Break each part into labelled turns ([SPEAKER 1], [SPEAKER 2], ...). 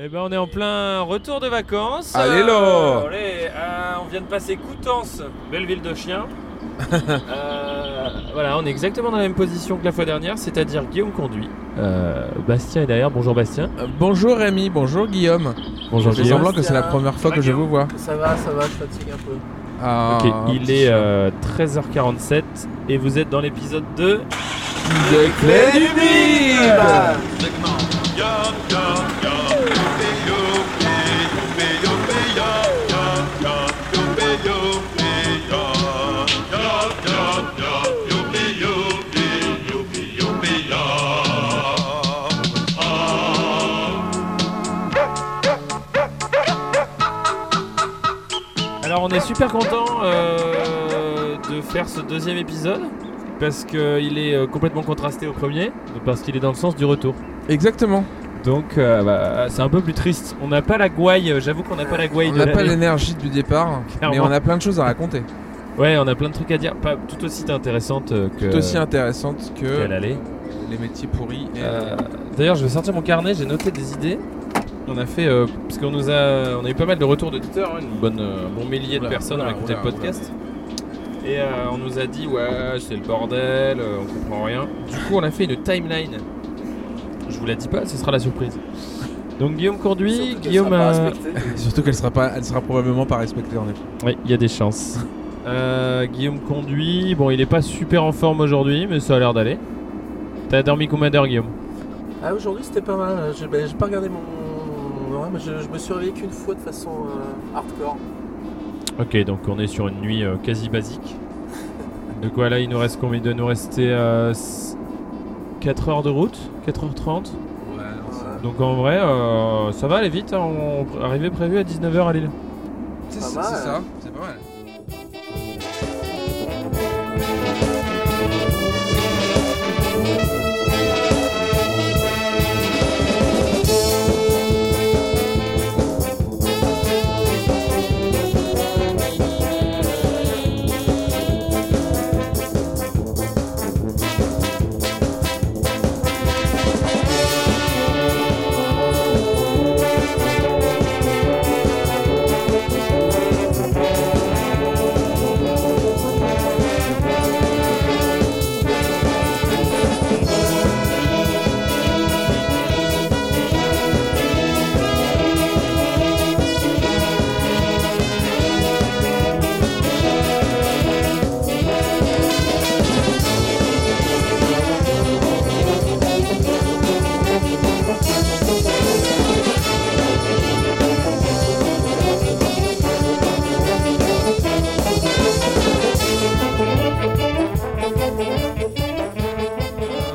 [SPEAKER 1] Eh ben on est en plein retour de vacances.
[SPEAKER 2] Allez, là
[SPEAKER 1] Euh, allez, euh, on vient de passer Coutances, belle ville de chiens. Euh, voilà, on est exactement dans la même position que la fois dernière, c'est-à-dire Guillaume conduit. Euh, Bastien est derrière. Bonjour Bastien.
[SPEAKER 2] Euh, Bonjour Rémi, bonjour Guillaume.
[SPEAKER 1] Bonjour
[SPEAKER 2] J'ai semblant que c'est la première fois que je vous vois.
[SPEAKER 3] Ça va, ça va, je fatigue un peu.
[SPEAKER 2] Ah,
[SPEAKER 1] Ok, il est euh, 13h47 et vous êtes dans l'épisode 2.
[SPEAKER 2] de clé du bide.
[SPEAKER 1] Alors on est super content euh, de faire ce deuxième épisode parce qu'il est euh, complètement contrasté au premier, parce qu'il est dans le sens du retour.
[SPEAKER 2] Exactement.
[SPEAKER 1] Donc euh, bah, c'est un peu plus triste. On n'a pas la gouaille, euh, j'avoue qu'on n'a pas la gouaille
[SPEAKER 2] On
[SPEAKER 1] de
[SPEAKER 2] n'a pas
[SPEAKER 1] l'année.
[SPEAKER 2] l'énergie du départ, mais
[SPEAKER 1] Clairement.
[SPEAKER 2] on a plein de choses à raconter.
[SPEAKER 1] Ouais, on a plein de trucs à dire, pas tout aussi intéressantes euh, que
[SPEAKER 2] Tout aussi intéressante
[SPEAKER 1] qu'à
[SPEAKER 2] que
[SPEAKER 1] l'aller.
[SPEAKER 2] les métiers pourris. et-
[SPEAKER 1] Euh, D'ailleurs, je vais sortir mon carnet, j'ai noté des idées. On a fait euh, parce qu'on nous a on a eu pas mal de retours d'auditeurs, hein, une bonne euh, un bon millier de
[SPEAKER 2] Oula,
[SPEAKER 1] personnes
[SPEAKER 2] oula,
[SPEAKER 1] ont écouté
[SPEAKER 2] oula,
[SPEAKER 1] le podcast. Et euh, on nous a dit ouais, c'est le bordel, euh, on comprend rien. Du coup, on a fait une timeline. Je vous la dis pas, ce sera la surprise. Donc Guillaume conduit,
[SPEAKER 3] Surtout qu'elle
[SPEAKER 1] Guillaume euh,
[SPEAKER 3] sera pas
[SPEAKER 1] a-
[SPEAKER 2] euh,
[SPEAKER 3] respectée.
[SPEAKER 2] Surtout qu'elle sera pas, elle sera probablement pas respectée en effet.
[SPEAKER 1] Oui, il y a des chances. Euh, Guillaume conduit. Bon, il est pas super en forme aujourd'hui, mais ça a l'air d'aller. T'as dormi combien d'heures, Guillaume
[SPEAKER 3] Ah, aujourd'hui c'était pas mal. J'ai ben, j'ai pas regardé mon. mon horaire, mais je, je me suis réveillé qu'une fois de façon euh, hardcore.
[SPEAKER 1] Ok, donc on est sur une nuit euh, quasi basique. De quoi là, il nous reste combien Il doit nous rester 4 heures de route 4h30
[SPEAKER 3] Ouais,
[SPEAKER 1] Donc en vrai, euh, ça va aller vite. hein. On arrivait prévu à 19h à Lille.
[SPEAKER 2] C'est
[SPEAKER 3] Pas mal.
[SPEAKER 2] c'est ça, c'est pas mal.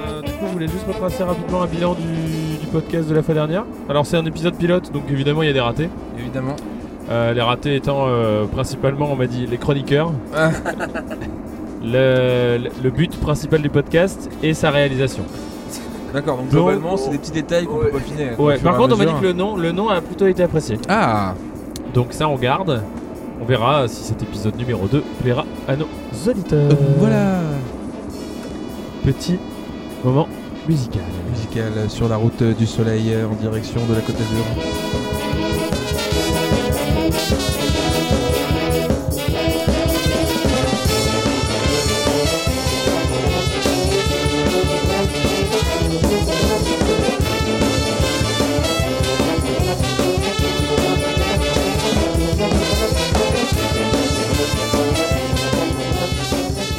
[SPEAKER 1] Euh, du coup, je voulais juste retracer rapidement un bilan du, du podcast de la fois dernière. Alors c'est un épisode pilote, donc évidemment il y a des ratés.
[SPEAKER 2] Évidemment.
[SPEAKER 1] Euh, les ratés étant euh, principalement, on m'a dit, les chroniqueurs.
[SPEAKER 2] Ah.
[SPEAKER 1] le, le but principal du podcast et sa réalisation.
[SPEAKER 2] D'accord. Donc
[SPEAKER 1] Donc-
[SPEAKER 2] globalement, c'est des petits détails qu'on
[SPEAKER 3] Ouais.
[SPEAKER 2] peut pas finir.
[SPEAKER 1] Ouais, par contre, on m'a dit que le nom, le nom a plutôt été apprécié.
[SPEAKER 2] Ah,
[SPEAKER 1] Donc ça, on garde. On verra si cet épisode numéro 2 plaira à nos auditeurs.
[SPEAKER 2] Euh, voilà.
[SPEAKER 1] Petit moment musical.
[SPEAKER 2] Musical sur la route du soleil euh, en direction de la Côte d'Azur.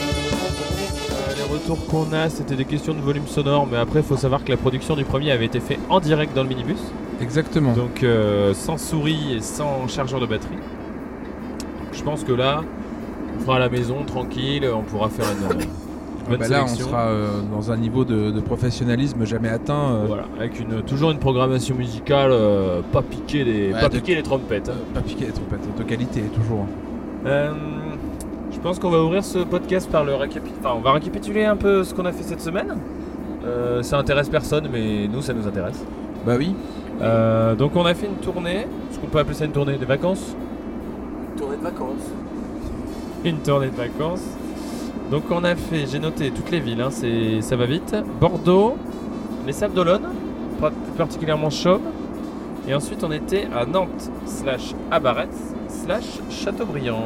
[SPEAKER 1] Euh, les retours qu'on a, c'était des questions de volume sonore, mais après, faut savoir que la production du premier avait été faite en direct dans le minibus.
[SPEAKER 2] Exactement.
[SPEAKER 1] Donc euh, sans souris et sans chargeur de batterie. Je pense que là, on fera à la maison tranquille, on pourra faire une, euh,
[SPEAKER 2] Ah
[SPEAKER 1] bonne
[SPEAKER 2] bah là, on
[SPEAKER 1] sélection.
[SPEAKER 2] sera euh, dans un niveau de, de professionnalisme jamais atteint. euh,
[SPEAKER 1] Voilà, avec une, toujours une programmation musicale, euh, pas piquer les,
[SPEAKER 2] Ouais,
[SPEAKER 1] pas
[SPEAKER 2] de-
[SPEAKER 1] piquer les trompettes. hein.
[SPEAKER 2] Pas piqué les trompettes, de qualité toujours.
[SPEAKER 1] Euh, je pense qu'on va ouvrir ce podcast par le récapitulatif. on va récapituler un peu ce qu'on a fait cette semaine. Euh, ça intéresse personne, mais nous, ça nous intéresse.
[SPEAKER 2] Bah oui.
[SPEAKER 1] Euh, donc on a fait une tournée, ce qu'on peut appeler ça une tournée des vacances.
[SPEAKER 3] tournée de vacances.
[SPEAKER 1] Une tournée de vacances. Donc on a fait, j'ai noté toutes les villes, hein, c'est, ça va vite. Bordeaux, les Sables d'Olonne, pas- plus particulièrement Chaume, Et ensuite, on était à Nantes, slash Abaretz, slash Châteaubriand.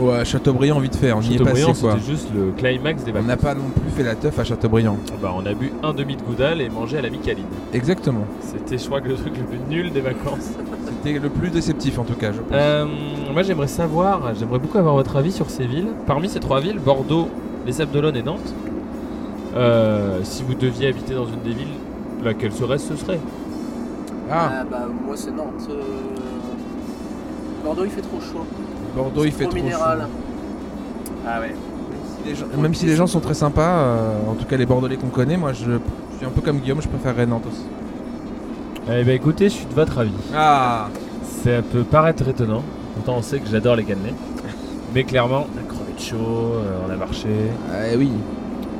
[SPEAKER 2] Ouais, Châteaubriand, vite fait, on y est
[SPEAKER 1] Châteaubriand,
[SPEAKER 2] passé quoi.
[SPEAKER 1] c'était juste le climax des
[SPEAKER 2] On
[SPEAKER 1] vacances.
[SPEAKER 2] n'a pas non plus fait la teuf à Châteaubriand.
[SPEAKER 1] Bah, on a bu un demi de goudal et mangé à la micaline.
[SPEAKER 2] Exactement.
[SPEAKER 1] C'était, je crois, que le truc le plus nul des vacances.
[SPEAKER 2] C'était le plus déceptif en tout cas, je pense.
[SPEAKER 1] Euh, moi, j'aimerais savoir, j'aimerais beaucoup avoir votre avis sur ces villes. Parmi ces trois villes, Bordeaux, les Sables d'Olonne et Nantes, euh, si vous deviez habiter dans une des villes, laquelle serait-ce Ce serait.
[SPEAKER 2] Ah,
[SPEAKER 3] Ah, bah, moi, c'est Nantes. euh, Bordeaux, il fait trop chaud.
[SPEAKER 2] Bordeaux, il
[SPEAKER 3] C'est
[SPEAKER 2] fait trop
[SPEAKER 3] minéral.
[SPEAKER 2] chaud.
[SPEAKER 3] Ah ouais.
[SPEAKER 2] Si les gens- Même si les gens sont très sympas, euh, en tout cas les Bordelais qu'on connaît, moi je je suis un peu comme Guillaume, je préférerais Nantes aussi.
[SPEAKER 1] Eh ben, écoutez, je suis de votre avis.
[SPEAKER 2] Ah
[SPEAKER 1] Ça peut paraître étonnant, pourtant on sait que j'adore les cannelés. Mais clairement, on a crevé de chaud, euh, on a marché.
[SPEAKER 2] Eh oui.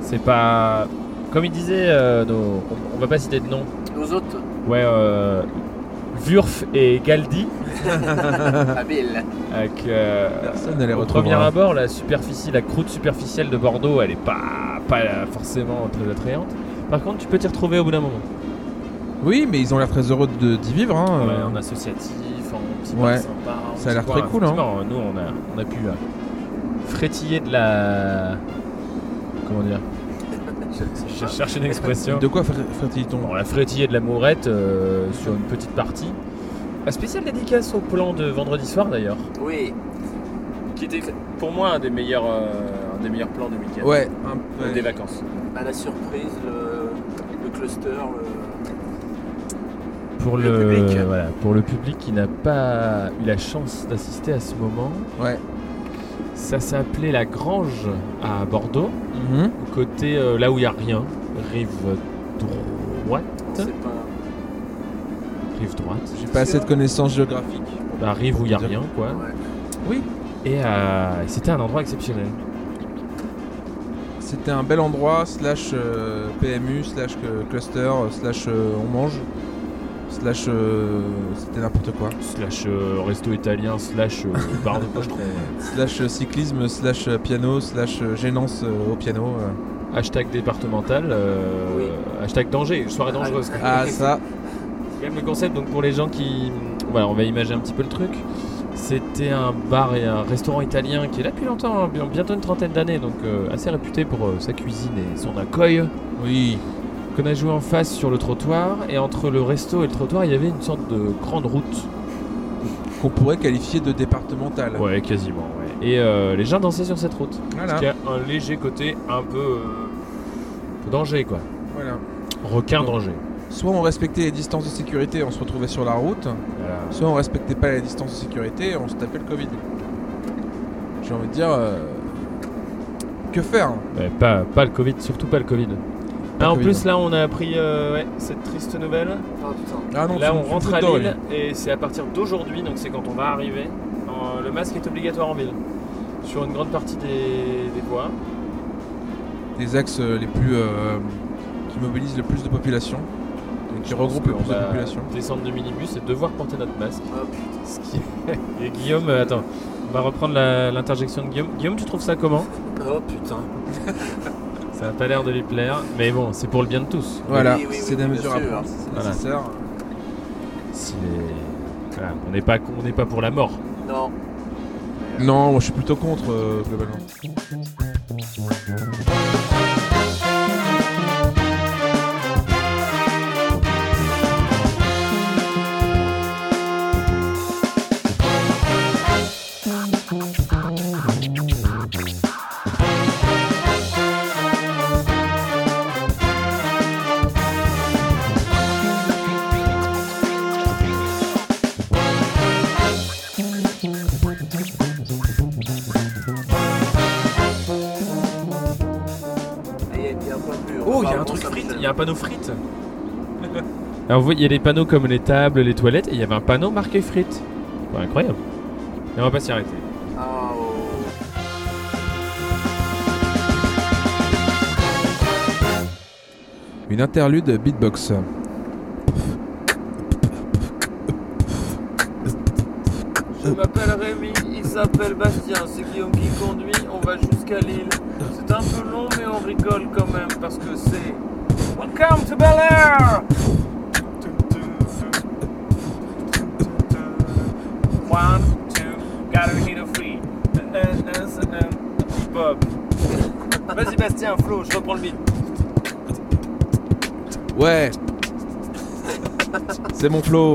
[SPEAKER 1] C'est pas. Comme il disait, euh, nos- on, on va pas citer de nom.
[SPEAKER 3] Nos hôtes,
[SPEAKER 1] Ouais, euh, Wurf et Galdi,
[SPEAKER 3] Abel.
[SPEAKER 1] avec. euh,
[SPEAKER 2] Personne ne les
[SPEAKER 1] au premier
[SPEAKER 2] retrouvera.
[SPEAKER 1] abord, la superficie, la croûte superficielle de Bordeaux, elle est pas, pas forcément très attrayante. Par contre, tu peux t'y retrouver au bout d'un moment.
[SPEAKER 2] Oui, mais ils ont l'air très heureux de- d'y vivre. Hein.
[SPEAKER 1] Ouais,
[SPEAKER 2] euh.
[SPEAKER 1] en associatif, en petit
[SPEAKER 2] Ouais.
[SPEAKER 1] bar sympa. en
[SPEAKER 2] Ça a l'air
[SPEAKER 1] petit coin.
[SPEAKER 2] très cool, hein.
[SPEAKER 1] Effectivement, Nous, on a, on a pu euh, frétiller de la. Comment dire Je cherche une expression.
[SPEAKER 2] De quoi fr- frétille-t-on
[SPEAKER 1] On a frétillé de la mourette euh, sur une petite partie. La spéciale dédicace au plan de vendredi soir d'ailleurs,
[SPEAKER 3] Oui.
[SPEAKER 1] qui était pour moi un des meilleurs, euh, un des meilleurs plans du week-end,
[SPEAKER 2] Ouais, un peu.
[SPEAKER 1] des vacances.
[SPEAKER 3] À la surprise, le, le cluster, le...
[SPEAKER 1] Pour le,
[SPEAKER 3] Le public.
[SPEAKER 1] voilà, pour le public qui n'a pas eu la chance d'assister à ce moment,
[SPEAKER 2] Ouais.
[SPEAKER 1] ça s'appelait la Grange à Bordeaux.
[SPEAKER 2] Mhm.
[SPEAKER 1] côté euh, là où il n'y a rien, rive droite,
[SPEAKER 3] c'est pas.
[SPEAKER 1] rive droite,
[SPEAKER 2] J'ai pas assez de connaissances géographiques.
[SPEAKER 1] bah, rive où il n'y a rien quoi.
[SPEAKER 3] Ouais.
[SPEAKER 1] Et euh, c'était un endroit exceptionnel.
[SPEAKER 2] C'était un bel endroit, slash euh, PMU, slash euh, cluster, slash euh, on mange, slash euh, c'était n'importe quoi,
[SPEAKER 1] Slash euh, resto italien, slash euh, bar de poche
[SPEAKER 2] slash euh, cyclisme, slash euh, piano, slash euh, gênance euh, au piano. euh.
[SPEAKER 1] Hashtag départemental, euh,
[SPEAKER 3] Oui.
[SPEAKER 1] hashtag danger, soirée dangereuse. quoi.
[SPEAKER 2] Ah ça,
[SPEAKER 1] C'est quand même le concept, donc pour les gens qui. Voilà, on va imaginer un petit peu le truc. C'était un bar et un restaurant italien qui est là depuis longtemps, hein, bien- bientôt une trentaine d'années, donc euh, assez réputé pour euh, sa cuisine et son accueil.
[SPEAKER 2] oui,
[SPEAKER 1] qu'on a joué en face sur le trottoir et entre le resto et le trottoir il y avait une sorte de grande route
[SPEAKER 2] qu'on pourrait qualifier de départemental.
[SPEAKER 1] ouais quasiment ouais. et euh, les gens dansaient sur cette route
[SPEAKER 2] Voilà,
[SPEAKER 1] qui a un léger côté un peu euh, danger quoi
[SPEAKER 2] voilà.
[SPEAKER 1] requin
[SPEAKER 2] Ouais.
[SPEAKER 1] danger
[SPEAKER 2] Soit on respectait les distances de sécurité, et on se retrouvait sur la route,
[SPEAKER 1] Voilà.
[SPEAKER 2] soit on respectait pas les distances de sécurité, et on se tapait le Covid. J'ai envie de dire, euh, que faire hein.
[SPEAKER 1] Ouais, pas, pas le covid surtout pas le covid Là, Ah, en
[SPEAKER 2] Pas le Covid.
[SPEAKER 1] plus, là, on a appris euh, ouais, cette triste nouvelle.
[SPEAKER 3] Ah, putain.
[SPEAKER 2] Ah non,
[SPEAKER 1] là,
[SPEAKER 2] tu-
[SPEAKER 1] on
[SPEAKER 2] tu me
[SPEAKER 1] rentre
[SPEAKER 2] fous
[SPEAKER 1] à
[SPEAKER 2] dedans,
[SPEAKER 1] Lille et c'est à partir d'aujourd'hui, donc c'est quand on va arriver. en- le masque est obligatoire en ville sur une grande partie des, des voies.
[SPEAKER 2] des axes euh, les plus euh, qui mobilisent le plus de population et qui regroupent le
[SPEAKER 1] On
[SPEAKER 2] plus de
[SPEAKER 1] va
[SPEAKER 2] population.
[SPEAKER 1] Descendre de minibus et devoir porter notre masque.
[SPEAKER 3] Ah, putain.
[SPEAKER 1] Ce qui... et Guillaume, euh, attends, on va reprendre la- l'interjection de Guillaume. Guillaume, tu trouves ça comment
[SPEAKER 3] Oh putain.
[SPEAKER 1] Ça n'a pas l'air de lui plaire, mais bon, c'est pour le bien de tous.
[SPEAKER 2] Voilà,
[SPEAKER 3] oui, oui,
[SPEAKER 2] c'est
[SPEAKER 3] oui,
[SPEAKER 2] des
[SPEAKER 3] bien
[SPEAKER 2] mesures à
[SPEAKER 3] sûr.
[SPEAKER 2] prendre, c'est
[SPEAKER 1] Voilà.
[SPEAKER 2] nécessaire.
[SPEAKER 1] Si les- voilà, on n'est pas, on n'est pas pour la mort.
[SPEAKER 3] Non.
[SPEAKER 2] Non, moi, je suis plutôt contre euh, globalement.
[SPEAKER 3] Ah, Il y, a- il y a un point de vue.
[SPEAKER 2] Oh, il y a
[SPEAKER 3] Enfin,
[SPEAKER 2] un
[SPEAKER 3] bon,
[SPEAKER 2] truc
[SPEAKER 3] ça me
[SPEAKER 2] frite,
[SPEAKER 3] gêne.
[SPEAKER 1] Il y a un panneau frites. Alors, vous voyez, il y a des panneaux comme les tables, les toilettes, et il y avait un panneau marqué frites. Bah, incroyable. Et on va pas s'y arrêter.
[SPEAKER 3] Ah, oh.
[SPEAKER 2] Une interlude beatbox.
[SPEAKER 3] Je m'appelle Rémi, il s'appelle Bastien, c'est Guillaume qui conduit, on va jusqu'à Lille. C'est un peu long mais on rigole quand même parce que c'est... Welcome to Bel Air Bastien, Flo, je reprends le vide.
[SPEAKER 2] Ouais. C'est mon flow.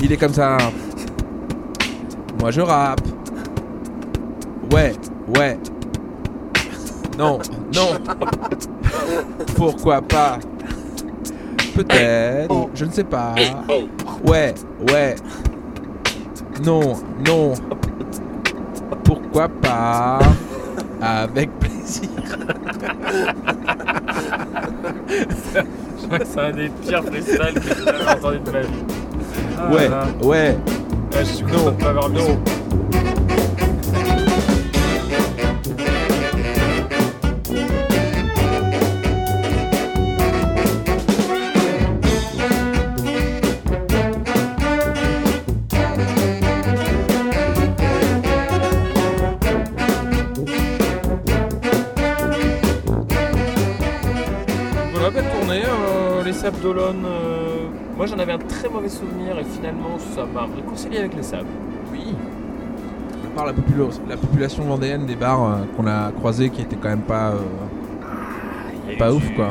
[SPEAKER 2] Il est comme ça. Moi je rappe. Ouais, ouais. Non, non. Pourquoi pas
[SPEAKER 1] Oh.
[SPEAKER 2] Peut-être. Je ne sais pas. Ouais, ouais. Non, non. Pourquoi pas Avec plaisir.
[SPEAKER 1] Je crois que c'est un des pires freestyles que j'ai jamais entendu de ma vie. Ah là
[SPEAKER 2] Ouais,
[SPEAKER 1] là.
[SPEAKER 2] ouais.
[SPEAKER 1] Ouais, je suis content de pas avoir mis
[SPEAKER 2] non.
[SPEAKER 1] son. Voilà, belle tournée, euh, les sables d'Olonne. euh, moi j'en avais un très mauvais souvenir et finalement ça m'a réconcilié avec les sables.
[SPEAKER 2] Oui. À part la, popula- la population vendéenne des bars euh, qu'on a croisé qui était quand même pas. euh,
[SPEAKER 1] Il y a
[SPEAKER 2] Pas
[SPEAKER 1] eu
[SPEAKER 2] ouf,
[SPEAKER 1] du-
[SPEAKER 2] quoi.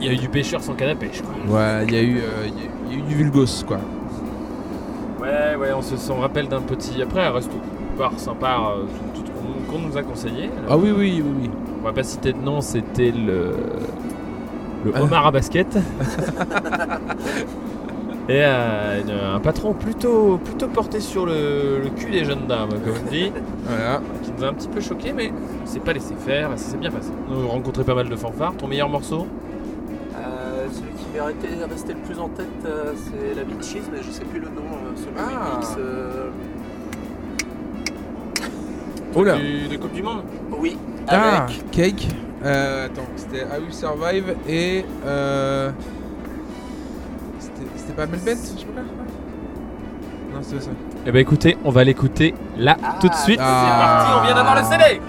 [SPEAKER 1] Il y a eu du pêcheur sans canne à pêche quoi.
[SPEAKER 2] Ouais, il y, a eu, euh, il y a- il y a eu du vulgos quoi.
[SPEAKER 1] Ouais, ouais, on se on rappelle d'un petit. Après, un resto bar sympa euh, tout- tout- qu'on- qu'on nous a conseillé. Euh,
[SPEAKER 2] Ah oui, oui, oui, oui.
[SPEAKER 1] On va pas citer de nom, c'était le. Le
[SPEAKER 2] Ah.
[SPEAKER 1] homard à basket. Et euh, une- un patron plutôt, plutôt porté sur le, le cul des jeunes dames, comme on dit,
[SPEAKER 2] Voilà.
[SPEAKER 1] qui nous a un petit peu choqué, mais on s'est pas laissé faire, et ça s'est bien passé. On a rencontré pas mal de fanfares. Ton meilleur morceau
[SPEAKER 3] Euh, celui qui m'est arrêté- resté le plus en tête, euh, c'est la Bitches, mais je sais plus le nom, euh, celui
[SPEAKER 2] Ah.
[SPEAKER 3] remix, euh,
[SPEAKER 2] Oh là.
[SPEAKER 1] du, de Coupe du Monde
[SPEAKER 3] Oui,
[SPEAKER 2] Ah,
[SPEAKER 3] avec.
[SPEAKER 2] cake. Euh, attends, c'était I Will Survive et. Euh, c'était c'était pas Melbent Je sais pas. Non, c'était ça.
[SPEAKER 1] Eh ben écoutez, on va l'écouter là
[SPEAKER 3] Ah,
[SPEAKER 1] tout de suite.
[SPEAKER 2] Ah.
[SPEAKER 1] C'est parti, on vient d'avoir le CD.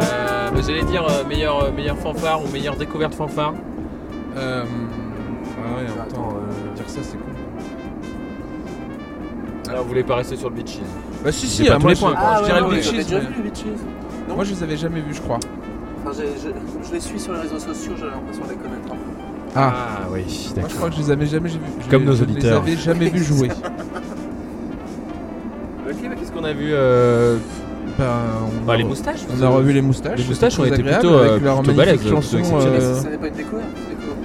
[SPEAKER 1] Euh, bah, J'allais dire euh, meilleure, euh, meilleure fanfare ou meilleure découverte fanfare.
[SPEAKER 2] Euh, ah ouais, en même temps, euh, dire ça c'est cool.
[SPEAKER 1] Là, vous voulez pas rester sur le beaches.
[SPEAKER 2] Bah, si,
[SPEAKER 1] pas
[SPEAKER 2] hein,
[SPEAKER 1] tous
[SPEAKER 2] moi,
[SPEAKER 1] les
[SPEAKER 2] je,
[SPEAKER 1] points,
[SPEAKER 2] moi,
[SPEAKER 1] quoi.
[SPEAKER 4] Ah,
[SPEAKER 2] je dirais le
[SPEAKER 3] ouais,
[SPEAKER 2] Big
[SPEAKER 3] j'avais
[SPEAKER 2] Cheese,
[SPEAKER 3] déjà
[SPEAKER 2] mais-
[SPEAKER 3] vu les Bitches. non
[SPEAKER 2] Moi, je les avais jamais vus, je crois.
[SPEAKER 3] Enfin, j'ai- je, je les suis sur les réseaux sociaux, j'ai l'impression de les connaître.
[SPEAKER 2] Ah,
[SPEAKER 1] oui,
[SPEAKER 2] moi, je crois que je les avais jamais vus. Je
[SPEAKER 1] Comme
[SPEAKER 2] les-
[SPEAKER 1] nos auditeurs.
[SPEAKER 2] Je les avais jamais vus jouer. Ben,
[SPEAKER 1] Ok, bah, qu'est-ce qu'on a vu euh,
[SPEAKER 2] bah, on,
[SPEAKER 1] bah, Les
[SPEAKER 2] a-
[SPEAKER 1] moustaches.
[SPEAKER 2] on a revu les moustaches.
[SPEAKER 1] Les moustaches ont
[SPEAKER 2] c'était
[SPEAKER 1] été
[SPEAKER 2] très
[SPEAKER 1] plutôt,
[SPEAKER 2] agréable,
[SPEAKER 1] euh,
[SPEAKER 2] avec leur
[SPEAKER 1] plutôt
[SPEAKER 2] magnifique
[SPEAKER 1] balèzes, plutôt
[SPEAKER 2] chanson,
[SPEAKER 1] exceptionnelles.
[SPEAKER 2] euh,
[SPEAKER 3] Mais ça n'est pas une découverte, c'est une découverte.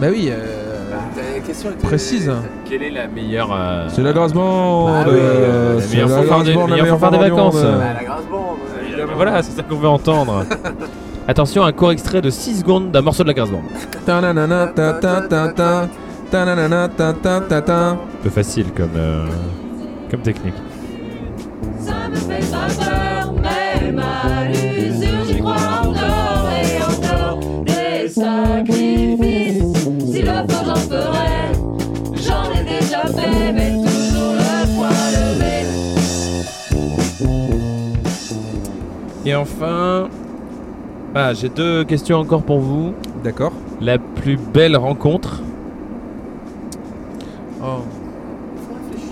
[SPEAKER 2] Bah oui, euh,
[SPEAKER 3] La question était.
[SPEAKER 2] précise.
[SPEAKER 1] Quelle est la meilleure euh,
[SPEAKER 2] C'est la grosse bande.
[SPEAKER 3] Bah oui, euh,
[SPEAKER 1] la
[SPEAKER 2] c'est
[SPEAKER 1] meilleure
[SPEAKER 2] la
[SPEAKER 1] fanfare
[SPEAKER 2] grosse
[SPEAKER 1] des-
[SPEAKER 2] bande, la
[SPEAKER 1] meilleure
[SPEAKER 2] meilleure
[SPEAKER 1] fanfare des
[SPEAKER 2] fanfare du
[SPEAKER 1] vacances.
[SPEAKER 2] monde.
[SPEAKER 3] Bah, la grasse bande, évidemment.
[SPEAKER 1] Voilà, c'est ça qu'on veut entendre. Attention, un court extrait de 6 secondes d'un morceau de la grasse bande.
[SPEAKER 2] Tananana, ta, ta, ta, ta. Tananana, ta, ta, ta, ta.
[SPEAKER 1] Un peu facile comme, euh, comme technique.
[SPEAKER 5] Ça me fait pas peur, mais sacrifice. S'il le faut, j'en ferai. J'en ai déjà fait, mais toujours le poids levé.
[SPEAKER 1] Et enfin, ah, j'ai deux questions encore pour vous.
[SPEAKER 2] D'accord.
[SPEAKER 1] La plus belle rencontre.
[SPEAKER 2] Oh.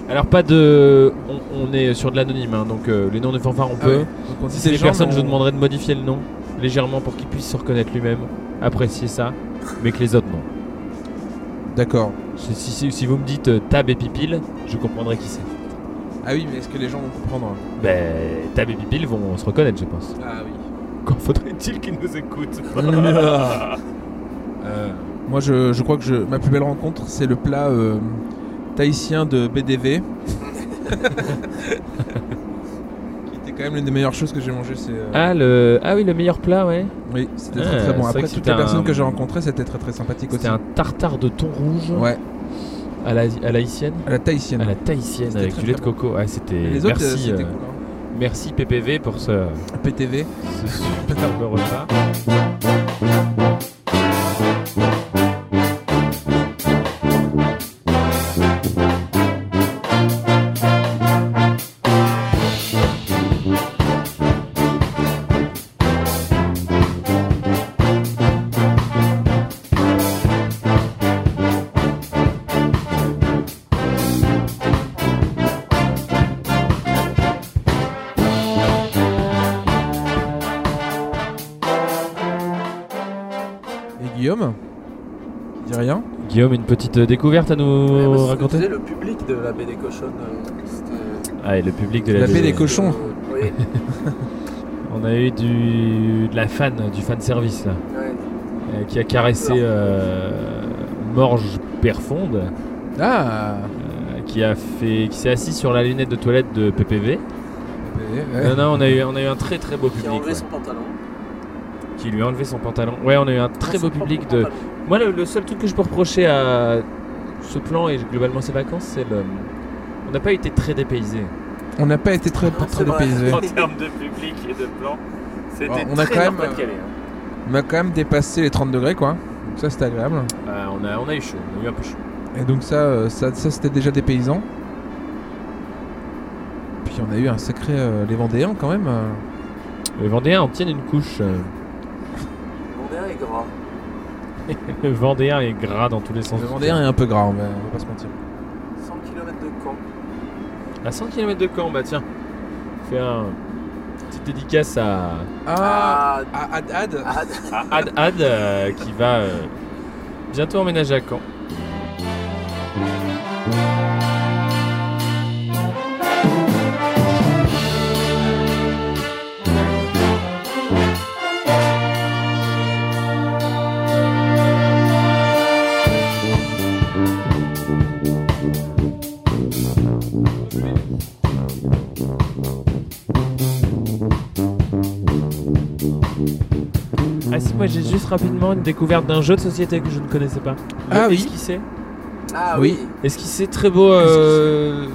[SPEAKER 1] Alors pas de, on, on est sur de l'anonyme, hein, donc euh, les noms de fanfare on
[SPEAKER 2] Ah
[SPEAKER 1] peut.
[SPEAKER 2] ouais. Donc on
[SPEAKER 1] Si c'est
[SPEAKER 2] dit ces
[SPEAKER 1] des
[SPEAKER 2] gens,
[SPEAKER 1] personnes,
[SPEAKER 2] mais
[SPEAKER 1] je
[SPEAKER 2] on-
[SPEAKER 1] demanderai de modifier le nom légèrement pour qu'il puisse se reconnaître lui-même, apprécier ça, mais que les autres non.
[SPEAKER 2] D'accord.
[SPEAKER 1] Si, si- si- si vous me dites euh, Tab et Pipil, je comprendrai qui c'est.
[SPEAKER 2] Ah oui, mais est-ce que les gens vont comprendre
[SPEAKER 1] Ben, Tab et Pipil vont se reconnaître, je pense.
[SPEAKER 2] Ah oui.
[SPEAKER 1] Quand faudrait-il qu'ils nous écoutent
[SPEAKER 2] Euh, Moi, je, je crois que je, ma plus belle rencontre, c'est le plat euh, tahitien de BDV. qui était quand même l'une des meilleures choses que j'ai mangé. C'est, euh,
[SPEAKER 1] ah, le... ah oui, le meilleur plat, ouais.
[SPEAKER 2] Oui, c'était
[SPEAKER 1] Ah,
[SPEAKER 2] très
[SPEAKER 1] c'est
[SPEAKER 2] très bon.
[SPEAKER 1] vrai
[SPEAKER 2] Après,
[SPEAKER 1] que
[SPEAKER 2] toutes
[SPEAKER 1] c'était
[SPEAKER 2] les personnes
[SPEAKER 1] un-
[SPEAKER 2] que j'ai rencontrées, c'était très très sympathique aussi.
[SPEAKER 1] C'était un tartare de thon rouge
[SPEAKER 2] Ouais,
[SPEAKER 1] à la à la haïtienne.
[SPEAKER 2] à la tahitienne.
[SPEAKER 1] À la tahitienne
[SPEAKER 2] C'était
[SPEAKER 1] avec
[SPEAKER 2] très,
[SPEAKER 1] du lait de
[SPEAKER 2] très
[SPEAKER 1] coco. Ah, c'était.
[SPEAKER 2] Et Les autres, euh,
[SPEAKER 1] merci,
[SPEAKER 2] c'était
[SPEAKER 1] euh,
[SPEAKER 2] cool. hein.
[SPEAKER 1] merci PPV pour ce,
[SPEAKER 2] PTV.
[SPEAKER 1] ce superbe repas.
[SPEAKER 2] Et Guillaume Il dit rien
[SPEAKER 1] Guillaume, une petite euh, découverte à nous
[SPEAKER 3] Ouais, bah, c'est ce que
[SPEAKER 1] raconter
[SPEAKER 3] faisait le public de la baie des cochonnes. euh, c'était-
[SPEAKER 1] Ah, et le public de la,
[SPEAKER 2] La baie
[SPEAKER 1] BD.
[SPEAKER 2] des cochons. Cochon.
[SPEAKER 3] Euh, oui,
[SPEAKER 1] On a eu du, de la fan, du fan service là,
[SPEAKER 3] ouais.
[SPEAKER 1] euh, qui a caressé euh, Morge Perfonde,
[SPEAKER 2] Ah
[SPEAKER 1] euh, qui a fait, qui s'est assis sur la lunette de toilette de PPV.
[SPEAKER 2] PTV,
[SPEAKER 1] Non,
[SPEAKER 2] ouais.
[SPEAKER 1] non, on a eu, on a eu un très très beau
[SPEAKER 3] Qui a
[SPEAKER 1] public
[SPEAKER 3] enlevé
[SPEAKER 1] ouais,
[SPEAKER 3] son pantalon.
[SPEAKER 1] qui lui a enlevé son pantalon. Ouais, on a eu un très
[SPEAKER 3] Son
[SPEAKER 4] Ah,
[SPEAKER 1] beau
[SPEAKER 3] propre
[SPEAKER 1] public de,
[SPEAKER 3] pantalon.
[SPEAKER 1] Moi, le, le seul truc que je peux reprocher à ce plan et globalement ces vacances, c'est le. On n'a pas été très dépaysé.
[SPEAKER 2] On n'a pas été très,
[SPEAKER 3] c'est
[SPEAKER 2] très
[SPEAKER 3] vrai.
[SPEAKER 2] dépaysés.
[SPEAKER 6] en termes de public et de plan. C'était
[SPEAKER 2] Bon, on a
[SPEAKER 6] très
[SPEAKER 2] quand même, euh,
[SPEAKER 6] Nord-Pas-de-Calais, hein.
[SPEAKER 2] On a quand même dépassé les 30 degrés, quoi. Donc ça, c'était agréable.
[SPEAKER 1] Euh, on, a, on a eu chaud, on a eu un peu chaud.
[SPEAKER 2] Et donc ça, euh, ça, ça, c'était déjà des paysans. Puis on a eu un sacré euh, les Vendéens quand même. euh.
[SPEAKER 1] Les Vendéens en tiennent une couche. euh.
[SPEAKER 3] Vendéen est gras.
[SPEAKER 1] Le Vendéen est gras dans tous les sens.
[SPEAKER 2] Le Vendéen est un peu gras, on va, on va pas se mentir.
[SPEAKER 3] 100 km de camp.
[SPEAKER 1] À 100 km de Caen, bah tiens, fais un. Petite dédicace à
[SPEAKER 3] Ah,
[SPEAKER 2] à Ad Ad.
[SPEAKER 3] ah,
[SPEAKER 1] à Ad Ad euh, qui va euh, bientôt emménager à Caen. Ah si, moi j'ai juste rapidement une découverte d'un jeu de société que je ne connaissais pas.
[SPEAKER 2] Ah oui.
[SPEAKER 1] Esquissé.
[SPEAKER 3] ah
[SPEAKER 2] Oui.
[SPEAKER 3] oui.
[SPEAKER 1] Est-ce qu'il c'est très beau euh,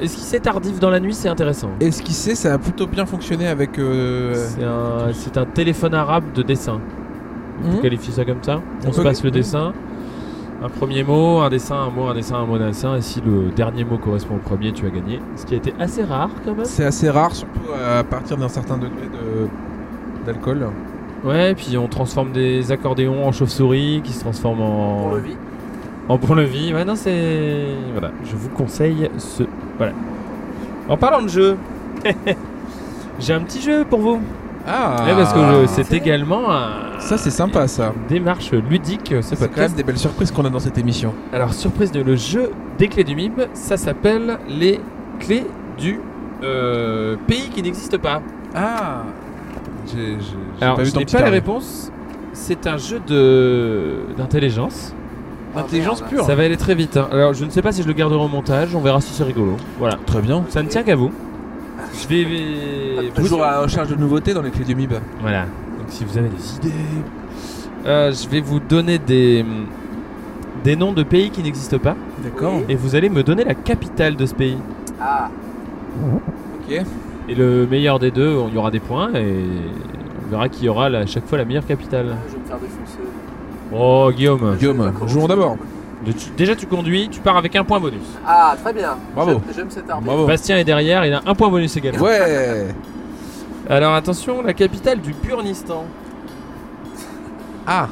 [SPEAKER 1] Est-ce qu'il c'est tardif dans la nuit C'est intéressant.
[SPEAKER 2] Esquissé, ça a plutôt bien fonctionné avec. euh,
[SPEAKER 1] C'est un, c'est un téléphone arabe de dessin. On
[SPEAKER 2] Mhm.
[SPEAKER 1] qualifie ça comme ça. On se
[SPEAKER 2] Ok.
[SPEAKER 1] passe le dessin. Un premier mot, un dessin, un mot, un dessin, un mot, un dessin. Et si le dernier mot correspond au premier, tu as gagné. Ce qui a été assez rare quand même.
[SPEAKER 2] C'est assez rare, surtout à partir d'un certain degré de d'alcool.
[SPEAKER 1] Ouais, puis on transforme des accordéons en chauve-souris qui se transforment
[SPEAKER 3] On
[SPEAKER 1] en,
[SPEAKER 3] le vit.
[SPEAKER 1] en pont-levis. Ouais, non, c'est. Voilà, je vous conseille ce. Voilà. En parlant de jeu, j'ai un petit jeu pour vous.
[SPEAKER 2] Ah.
[SPEAKER 1] Ouais, parce que je- c'est également un-
[SPEAKER 2] Ça c'est sympa ça.
[SPEAKER 1] une démarche ludique, ce
[SPEAKER 2] C'est quand même
[SPEAKER 1] podcast.
[SPEAKER 2] des belles surprises qu'on a dans cette émission.
[SPEAKER 1] Alors, surprise de le jeu des clés du MIB, ça s'appelle les clés du euh, pays qui n'existe pas.
[SPEAKER 2] Ah. J'ai j'ai- j'ai
[SPEAKER 1] Alors,
[SPEAKER 2] pas eu
[SPEAKER 1] je
[SPEAKER 2] tant
[SPEAKER 1] n'ai
[SPEAKER 2] de
[SPEAKER 1] pas les
[SPEAKER 2] parler.
[SPEAKER 1] réponses. C'est un jeu de d'intelligence.
[SPEAKER 2] Intelligence
[SPEAKER 3] Ah, merde.
[SPEAKER 2] pure.
[SPEAKER 1] Ça va aller très vite. hein. Alors, je ne sais pas si je le garderai au montage. On verra si c'est rigolo. Voilà.
[SPEAKER 2] Très bien.
[SPEAKER 1] Ça ne tient qu'à vous. Je vais.
[SPEAKER 2] Ah, Toujours à la recherche de nouveautés dans les clés du MIB.
[SPEAKER 1] Voilà. Donc si vous avez des idées, euh, je vais vous donner des des noms de pays qui n'existent pas
[SPEAKER 2] D'accord.
[SPEAKER 3] Oui.
[SPEAKER 1] et vous allez me donner la capitale de ce pays.
[SPEAKER 3] Ah,
[SPEAKER 2] Ok.
[SPEAKER 1] Et le meilleur des deux, on- il y aura des points et on verra qui aura la- à chaque fois la meilleure capitale.
[SPEAKER 3] je vais me faire défoncer.
[SPEAKER 1] Oh, Guillaume.
[SPEAKER 2] Bah, Guillaume, jouons d'abord.
[SPEAKER 1] de- tu- Déjà, tu conduis, tu pars avec un point bonus.
[SPEAKER 4] Ah, très bien.
[SPEAKER 2] Bravo.
[SPEAKER 4] J'aime- J'aime cet arbre.
[SPEAKER 2] Bravo.
[SPEAKER 1] Bastien est derrière, il a un point bonus également.
[SPEAKER 2] Ouais.
[SPEAKER 1] Alors, attention, la capitale du Burnistan.
[SPEAKER 2] Ah.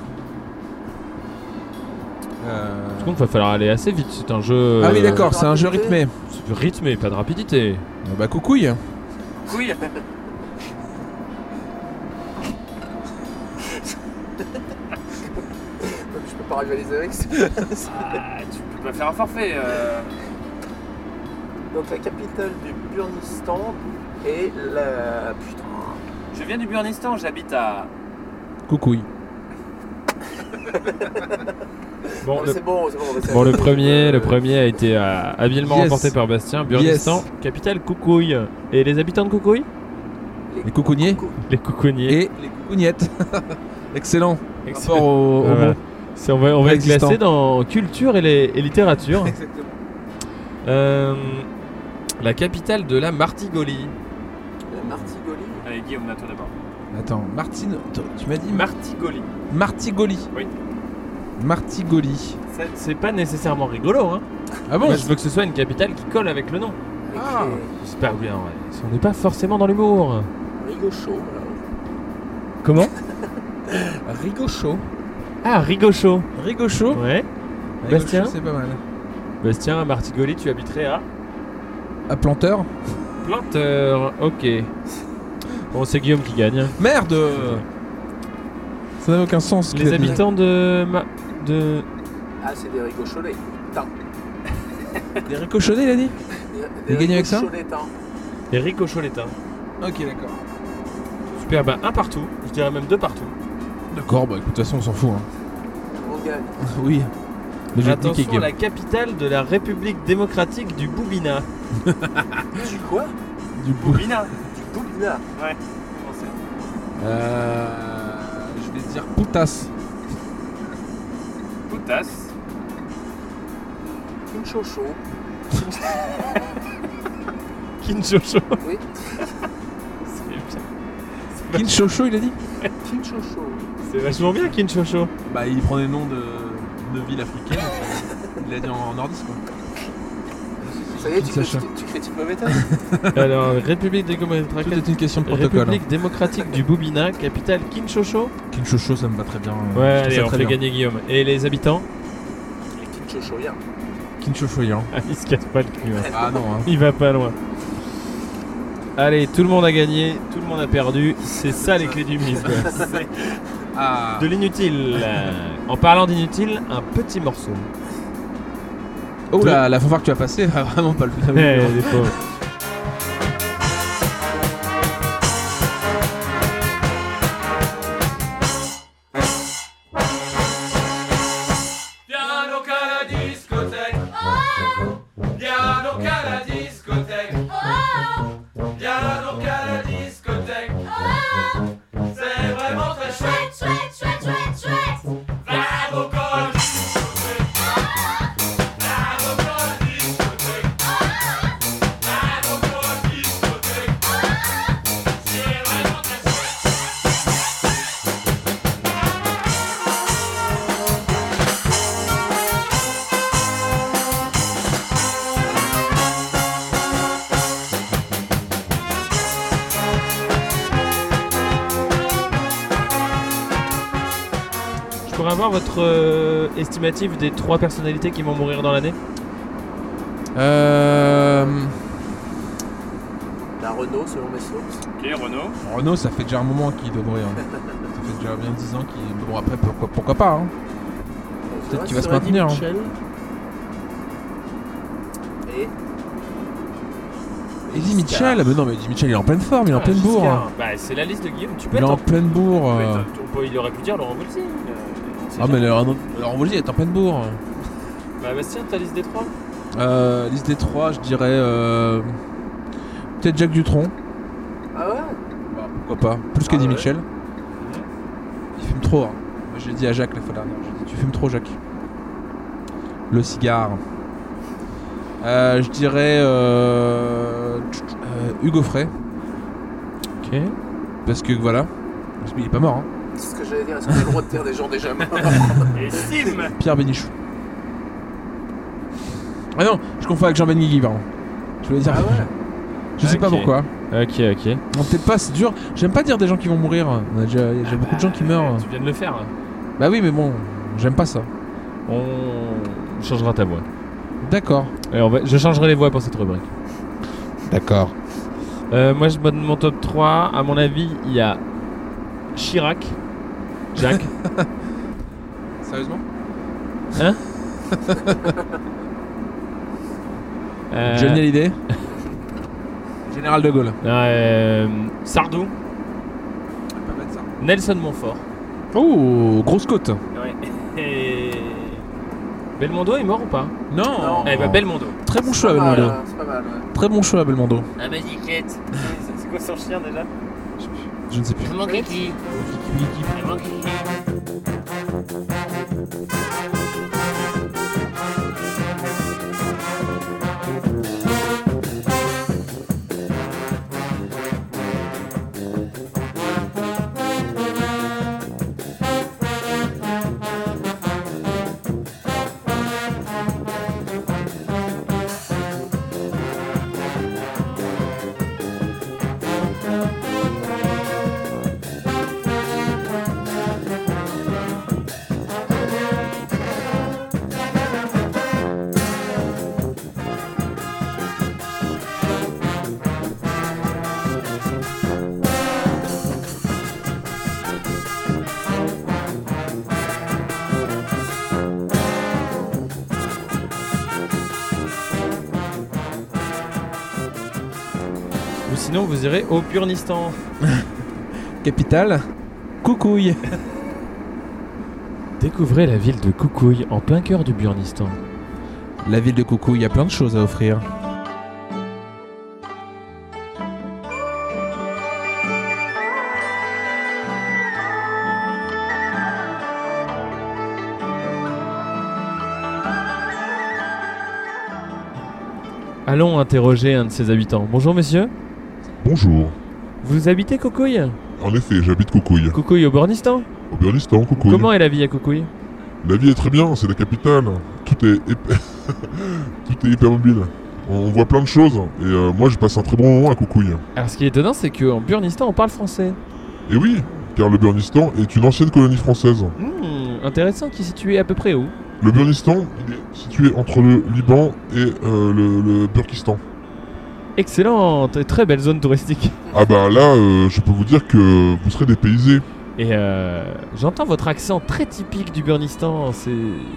[SPEAKER 2] Euh,
[SPEAKER 1] Par contre, va falloir aller assez vite. C'est un jeu.
[SPEAKER 2] Ah oui,
[SPEAKER 1] euh,
[SPEAKER 2] d'accord, c'est un jeu rythmé.
[SPEAKER 1] c'est Rythmé, pas de rapidité.
[SPEAKER 2] Ah Bah, coucouille.
[SPEAKER 4] Oui. Je peux pas rivaliser avec ça.
[SPEAKER 6] Ah, tu peux pas faire un forfait. euh.
[SPEAKER 4] Donc la capitale du Burnistan est la. Putain.
[SPEAKER 6] Je viens du Burnistan, j'habite à.
[SPEAKER 2] Coucouille.
[SPEAKER 1] Bon, le,
[SPEAKER 4] Ah, C'est bon, c'est bon. on va
[SPEAKER 1] bon, le
[SPEAKER 4] s'arrêter.
[SPEAKER 1] premier, le premier a été euh, habilement
[SPEAKER 2] Yes.
[SPEAKER 1] remporté par Bastien. Burnistan, capitale Coucouille. Et les habitants de Coucouille
[SPEAKER 2] Les coucouniers
[SPEAKER 1] Les Coucouniers.
[SPEAKER 2] et les coucougnettes. Excellent.
[SPEAKER 1] Excellent. Euh,
[SPEAKER 2] Fort au, au
[SPEAKER 1] Ouais, voilà.
[SPEAKER 2] mot.
[SPEAKER 1] C'est- On va, on va être
[SPEAKER 2] Existant.
[SPEAKER 1] classé dans culture et, les- et littérature. Euh, la capitale de la Martigolie.
[SPEAKER 4] La Martigoli.
[SPEAKER 6] Allez, Guillaume, à toi d'abord.
[SPEAKER 2] Attends, Martine, t- tu m'as dit Martigoli.
[SPEAKER 6] Martigoli.
[SPEAKER 2] Martigoli.
[SPEAKER 6] Oui.
[SPEAKER 2] Martigoli.
[SPEAKER 1] C'est- C'est pas nécessairement rigolo. Hein.
[SPEAKER 2] Ah bon
[SPEAKER 1] Moi, je veux que ce soit une capitale qui colle avec le nom.
[SPEAKER 2] Ah.
[SPEAKER 4] Avec
[SPEAKER 1] Super bien, ouais. On n'est pas forcément dans l'humour.
[SPEAKER 4] les Rigochaux. voilà.
[SPEAKER 1] Comment
[SPEAKER 2] Rigocho.
[SPEAKER 1] Ah, Rigocho.
[SPEAKER 2] Rigocho.
[SPEAKER 1] Ouais. Bastien
[SPEAKER 2] C'est pas mal.
[SPEAKER 1] Bastien, à Martigoli, tu habiterais à
[SPEAKER 2] À planteur.
[SPEAKER 1] Planteur. Ok. Bon, c'est Guillaume qui gagne.
[SPEAKER 2] Merde Ça n'a aucun sens. ce que
[SPEAKER 1] Les
[SPEAKER 2] t'as dit.
[SPEAKER 1] habitants de. Ma- de...
[SPEAKER 4] Ah, c'est des Rigocholets. Putain.
[SPEAKER 2] Des ricochonnés, il a dit
[SPEAKER 4] Des-
[SPEAKER 2] Il
[SPEAKER 4] des hein.
[SPEAKER 2] gagne avec ça
[SPEAKER 4] Rigocholétains.
[SPEAKER 1] Les Ricocholétains.
[SPEAKER 2] Ok, d'accord.
[SPEAKER 1] Super, bah un partout. Je dirais même deux partout.
[SPEAKER 2] D'accord, bah écoute, de toute façon, on s'en fout. hein.
[SPEAKER 4] On gagne.
[SPEAKER 2] Oui. Mais je vais te niquer,
[SPEAKER 1] Attention,
[SPEAKER 2] Guillaume.
[SPEAKER 1] la capitale de la République démocratique du Boubina.
[SPEAKER 4] Du quoi
[SPEAKER 2] Du bout.
[SPEAKER 6] Boubina.
[SPEAKER 4] Du Boubina.
[SPEAKER 6] Comment c'est
[SPEAKER 2] Euh, je vais dire Poutas.
[SPEAKER 6] Poutas.
[SPEAKER 4] Une chocho.
[SPEAKER 1] Kinshosho.
[SPEAKER 4] Oui.
[SPEAKER 1] C'est bien.
[SPEAKER 2] Kinshosho, il a dit
[SPEAKER 4] Une chocho.
[SPEAKER 1] C'est vachement bien, Kinshosho.
[SPEAKER 2] Bah, il prend les noms de, de villes africaines. il l'a dit en, nordiste, quoi.
[SPEAKER 4] Ça y est, tu,
[SPEAKER 2] Kinshasa.
[SPEAKER 4] critiques- tu critiques ma méthode
[SPEAKER 1] Alors, République démocratique.
[SPEAKER 2] Tout est une question de protocole. hein.
[SPEAKER 1] République démocratique du Boubina, capitale Kinshosho.
[SPEAKER 2] Kinshosho, ça me va très bien.
[SPEAKER 1] Ouais,
[SPEAKER 2] Je trouve
[SPEAKER 1] allez,
[SPEAKER 2] ça
[SPEAKER 1] on
[SPEAKER 2] très
[SPEAKER 1] fait
[SPEAKER 2] bien.
[SPEAKER 1] gagner Guillaume. Et les habitants
[SPEAKER 4] Les Kinshoshoïens.
[SPEAKER 2] Kinshoshoyan.
[SPEAKER 1] Ah, il se casse pas le cul. hein.
[SPEAKER 2] Ah non, hein.
[SPEAKER 1] Il va pas loin. Allez, tout le monde a gagné, tout le monde a perdu. C'est ça les clés du mythe. quoi. C'est
[SPEAKER 2] Ah.
[SPEAKER 1] De l'inutile. Euh, En parlant d'inutile, un petit morceau.
[SPEAKER 2] Oh là, la fanfare que tu as passée a vraiment pas le
[SPEAKER 1] Eh,
[SPEAKER 2] même.
[SPEAKER 1] les pauvres.
[SPEAKER 3] Viens donc à la discothèque. Viens donc à la discothèque.
[SPEAKER 5] Oh
[SPEAKER 3] Viens donc à la discothèque. C'est vraiment très chouette.
[SPEAKER 5] Oh Chouette, chouette, chouette, chouette.
[SPEAKER 3] Va donc à la discothèque. Va donc à la discothèque. Va donc à la discothèque. C'est vraiment très chouette.
[SPEAKER 1] Je pourrais avoir votre euh, estimatif des trois personnalités qui vont mourir dans l'année
[SPEAKER 2] Euh.
[SPEAKER 4] La Renault, selon mes sources.
[SPEAKER 6] Ok, Renault.
[SPEAKER 2] Renault, ça fait déjà un moment qu'il doit mourir. ça fait déjà bien 10 ans qu'il. Bon, après, pourquoi, pourquoi pas hein. Peut-être qu'il va se maintenir, hein.
[SPEAKER 4] Mitchell. Et
[SPEAKER 2] Eddie Mitchell ah, Mais non, mais Eddie Mitchell, il est en pleine forme, il est en pleine bourre. hein.
[SPEAKER 1] Ah, Bah, c'est la liste de Guillaume. Tu peux
[SPEAKER 2] Il est
[SPEAKER 1] être.
[SPEAKER 2] en pleine bourre.
[SPEAKER 1] en-
[SPEAKER 2] euh.
[SPEAKER 1] tu peux- Il aurait pu dire Laurent Voulzy. euh, on sait
[SPEAKER 2] Ah, mais
[SPEAKER 1] jamais.
[SPEAKER 2] le Renault- Laurent Voulzy, il est en pleine bourre.
[SPEAKER 1] Bah, Bastien, ta liste des trois
[SPEAKER 2] Euh, liste des trois, je dirais. euh, Peut-être Jacques Dutronc.
[SPEAKER 4] Ah ouais
[SPEAKER 2] Bah, pourquoi pas Plus qu'Eddie
[SPEAKER 4] ouais.
[SPEAKER 2] Mitchell. Il fume trop. hein. Moi, je l'ai dit à Jacques la fois dernière. J'ai dit, tu fumes trop, Jacques. Le cigare. Euh, je dirais. euh, tch, tch, euh, Hugo Frey.
[SPEAKER 1] Ok.
[SPEAKER 2] Parce que voilà. Parce qu'il est pas mort. hein.
[SPEAKER 4] C'est ce que j'allais dire. Est-ce qu'on a le droit de faire des gens déjà morts Ah
[SPEAKER 6] Et Sim
[SPEAKER 2] Pierre Bénichou. Ah non, je confonds avec Jean Benguigui, pardon. Je voulais dire.
[SPEAKER 4] Ah ouais
[SPEAKER 2] Je sais pas
[SPEAKER 1] Ok.
[SPEAKER 2] pourquoi.
[SPEAKER 1] Ok, ok.
[SPEAKER 2] Non, peut-être pas, c'est dur. J'aime pas dire des gens qui vont mourir. On a déjà- Il y a déjà beaucoup de gens qui meurent.
[SPEAKER 1] Tu viens de le faire. hein.
[SPEAKER 2] Bah oui, mais bon, j'aime pas ça.
[SPEAKER 1] On changera ta voix.
[SPEAKER 2] D'accord.
[SPEAKER 1] Et on va- Je changerai les voix pour cette rubrique.
[SPEAKER 2] D'accord.
[SPEAKER 1] Euh, moi, je donne mon top 3. À mon avis, il y a Chirac. Jacques.
[SPEAKER 2] Sérieusement
[SPEAKER 1] Euh,
[SPEAKER 2] Johnny Hallyday Général de Gaulle.
[SPEAKER 1] euh, Sardou.
[SPEAKER 2] Pas bête ça.
[SPEAKER 1] Nelson Montfort.
[SPEAKER 2] Oh, grosse côte.
[SPEAKER 6] Ouais.
[SPEAKER 1] Et. Belmondo est mort ou pas
[SPEAKER 2] Non. ben,
[SPEAKER 1] Eh bah, Belmondo.
[SPEAKER 2] Très bon
[SPEAKER 4] C'est
[SPEAKER 2] choix,
[SPEAKER 4] pas mal,
[SPEAKER 2] Belmondo.
[SPEAKER 4] hein, C'est pas mal, ouais.
[SPEAKER 2] Très bon choix, Belmondo.
[SPEAKER 6] La magiquette C'est c'est quoi son chien déjà
[SPEAKER 2] Je ne sais plus.
[SPEAKER 6] Maman Kiki Maman Kiki
[SPEAKER 1] Ou sinon, vous irez au Burnistan.
[SPEAKER 2] Capitale. Coucouille.
[SPEAKER 1] Découvrez la ville de Koukouille en plein cœur du Burnistan.
[SPEAKER 2] La ville de Coucouille a plein de choses à offrir.
[SPEAKER 1] Allons interroger un de ses habitants. Bonjour, monsieur.
[SPEAKER 7] Bonjour.
[SPEAKER 1] Vous habitez Koukouille
[SPEAKER 7] En effet, j'habite Coucouille,
[SPEAKER 1] Koukouille au Burnistan
[SPEAKER 7] au Burnistan, Coucouille.
[SPEAKER 1] Comment est la vie à Koukouille
[SPEAKER 7] La vie est très bien, c'est la capitale. Tout est, ép- Tout est hyper mobile. On on voit plein de choses. Et euh, moi, je passe un très bon moment à Coucouille.
[SPEAKER 1] Alors, ce qui est étonnant, c'est qu'en Burnistan, on parle français.
[SPEAKER 7] Et oui, car le Burnistan est une ancienne colonie française.
[SPEAKER 1] Hmm, intéressant, qui est situé à peu près où
[SPEAKER 7] Le Burnistan, il est situé entre le Liban et euh, le, le Burkistan.
[SPEAKER 1] Excellente et très belle zone touristique.
[SPEAKER 7] Ah bah là, euh, je peux vous dire que vous serez dépaysés.
[SPEAKER 1] Et euh, j'entends votre accent très typique du Burnistan. C'est.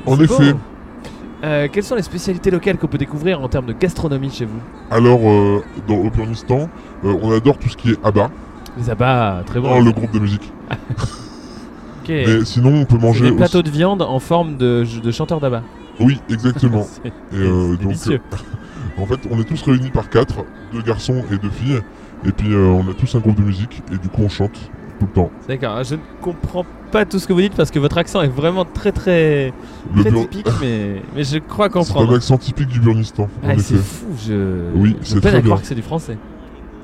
[SPEAKER 7] En
[SPEAKER 1] c'est beau.
[SPEAKER 7] effet.
[SPEAKER 1] Euh, quelles sont les spécialités locales qu'on peut découvrir en termes de gastronomie chez vous
[SPEAKER 7] Alors, euh, dans, au Burnistan, euh, on adore tout ce qui est Abba,
[SPEAKER 1] Les abats, très bon.
[SPEAKER 7] oh, le groupe de musique.
[SPEAKER 1] Ok.
[SPEAKER 7] Mais sinon, on peut
[SPEAKER 1] C'est
[SPEAKER 7] manger
[SPEAKER 1] des plateaux
[SPEAKER 7] aussi...
[SPEAKER 1] de viande en forme de, de chanteur d'abat.
[SPEAKER 7] Oui, exactement.
[SPEAKER 1] C'est
[SPEAKER 7] Et euh, donc,
[SPEAKER 1] délicieux.
[SPEAKER 7] euh, en fait, on est tous réunis par quatre, deux garçons et deux filles. Et puis, euh, on a tous un groupe de musique et du coup, on chante tout le temps.
[SPEAKER 1] D'accord, je ne comprends pas tout ce que vous dites parce que votre accent est vraiment très très,
[SPEAKER 7] Le
[SPEAKER 1] très
[SPEAKER 7] Bur-
[SPEAKER 1] typique, mais, mais je crois
[SPEAKER 7] c'est un
[SPEAKER 1] comprendre.
[SPEAKER 7] accent typique du Burnistan, en
[SPEAKER 1] Ah, c'est
[SPEAKER 7] effet.
[SPEAKER 1] fou, je.
[SPEAKER 7] Oui,
[SPEAKER 1] je
[SPEAKER 7] c'est
[SPEAKER 1] peine
[SPEAKER 7] très
[SPEAKER 1] à croire
[SPEAKER 7] bien.
[SPEAKER 1] que c'est du français.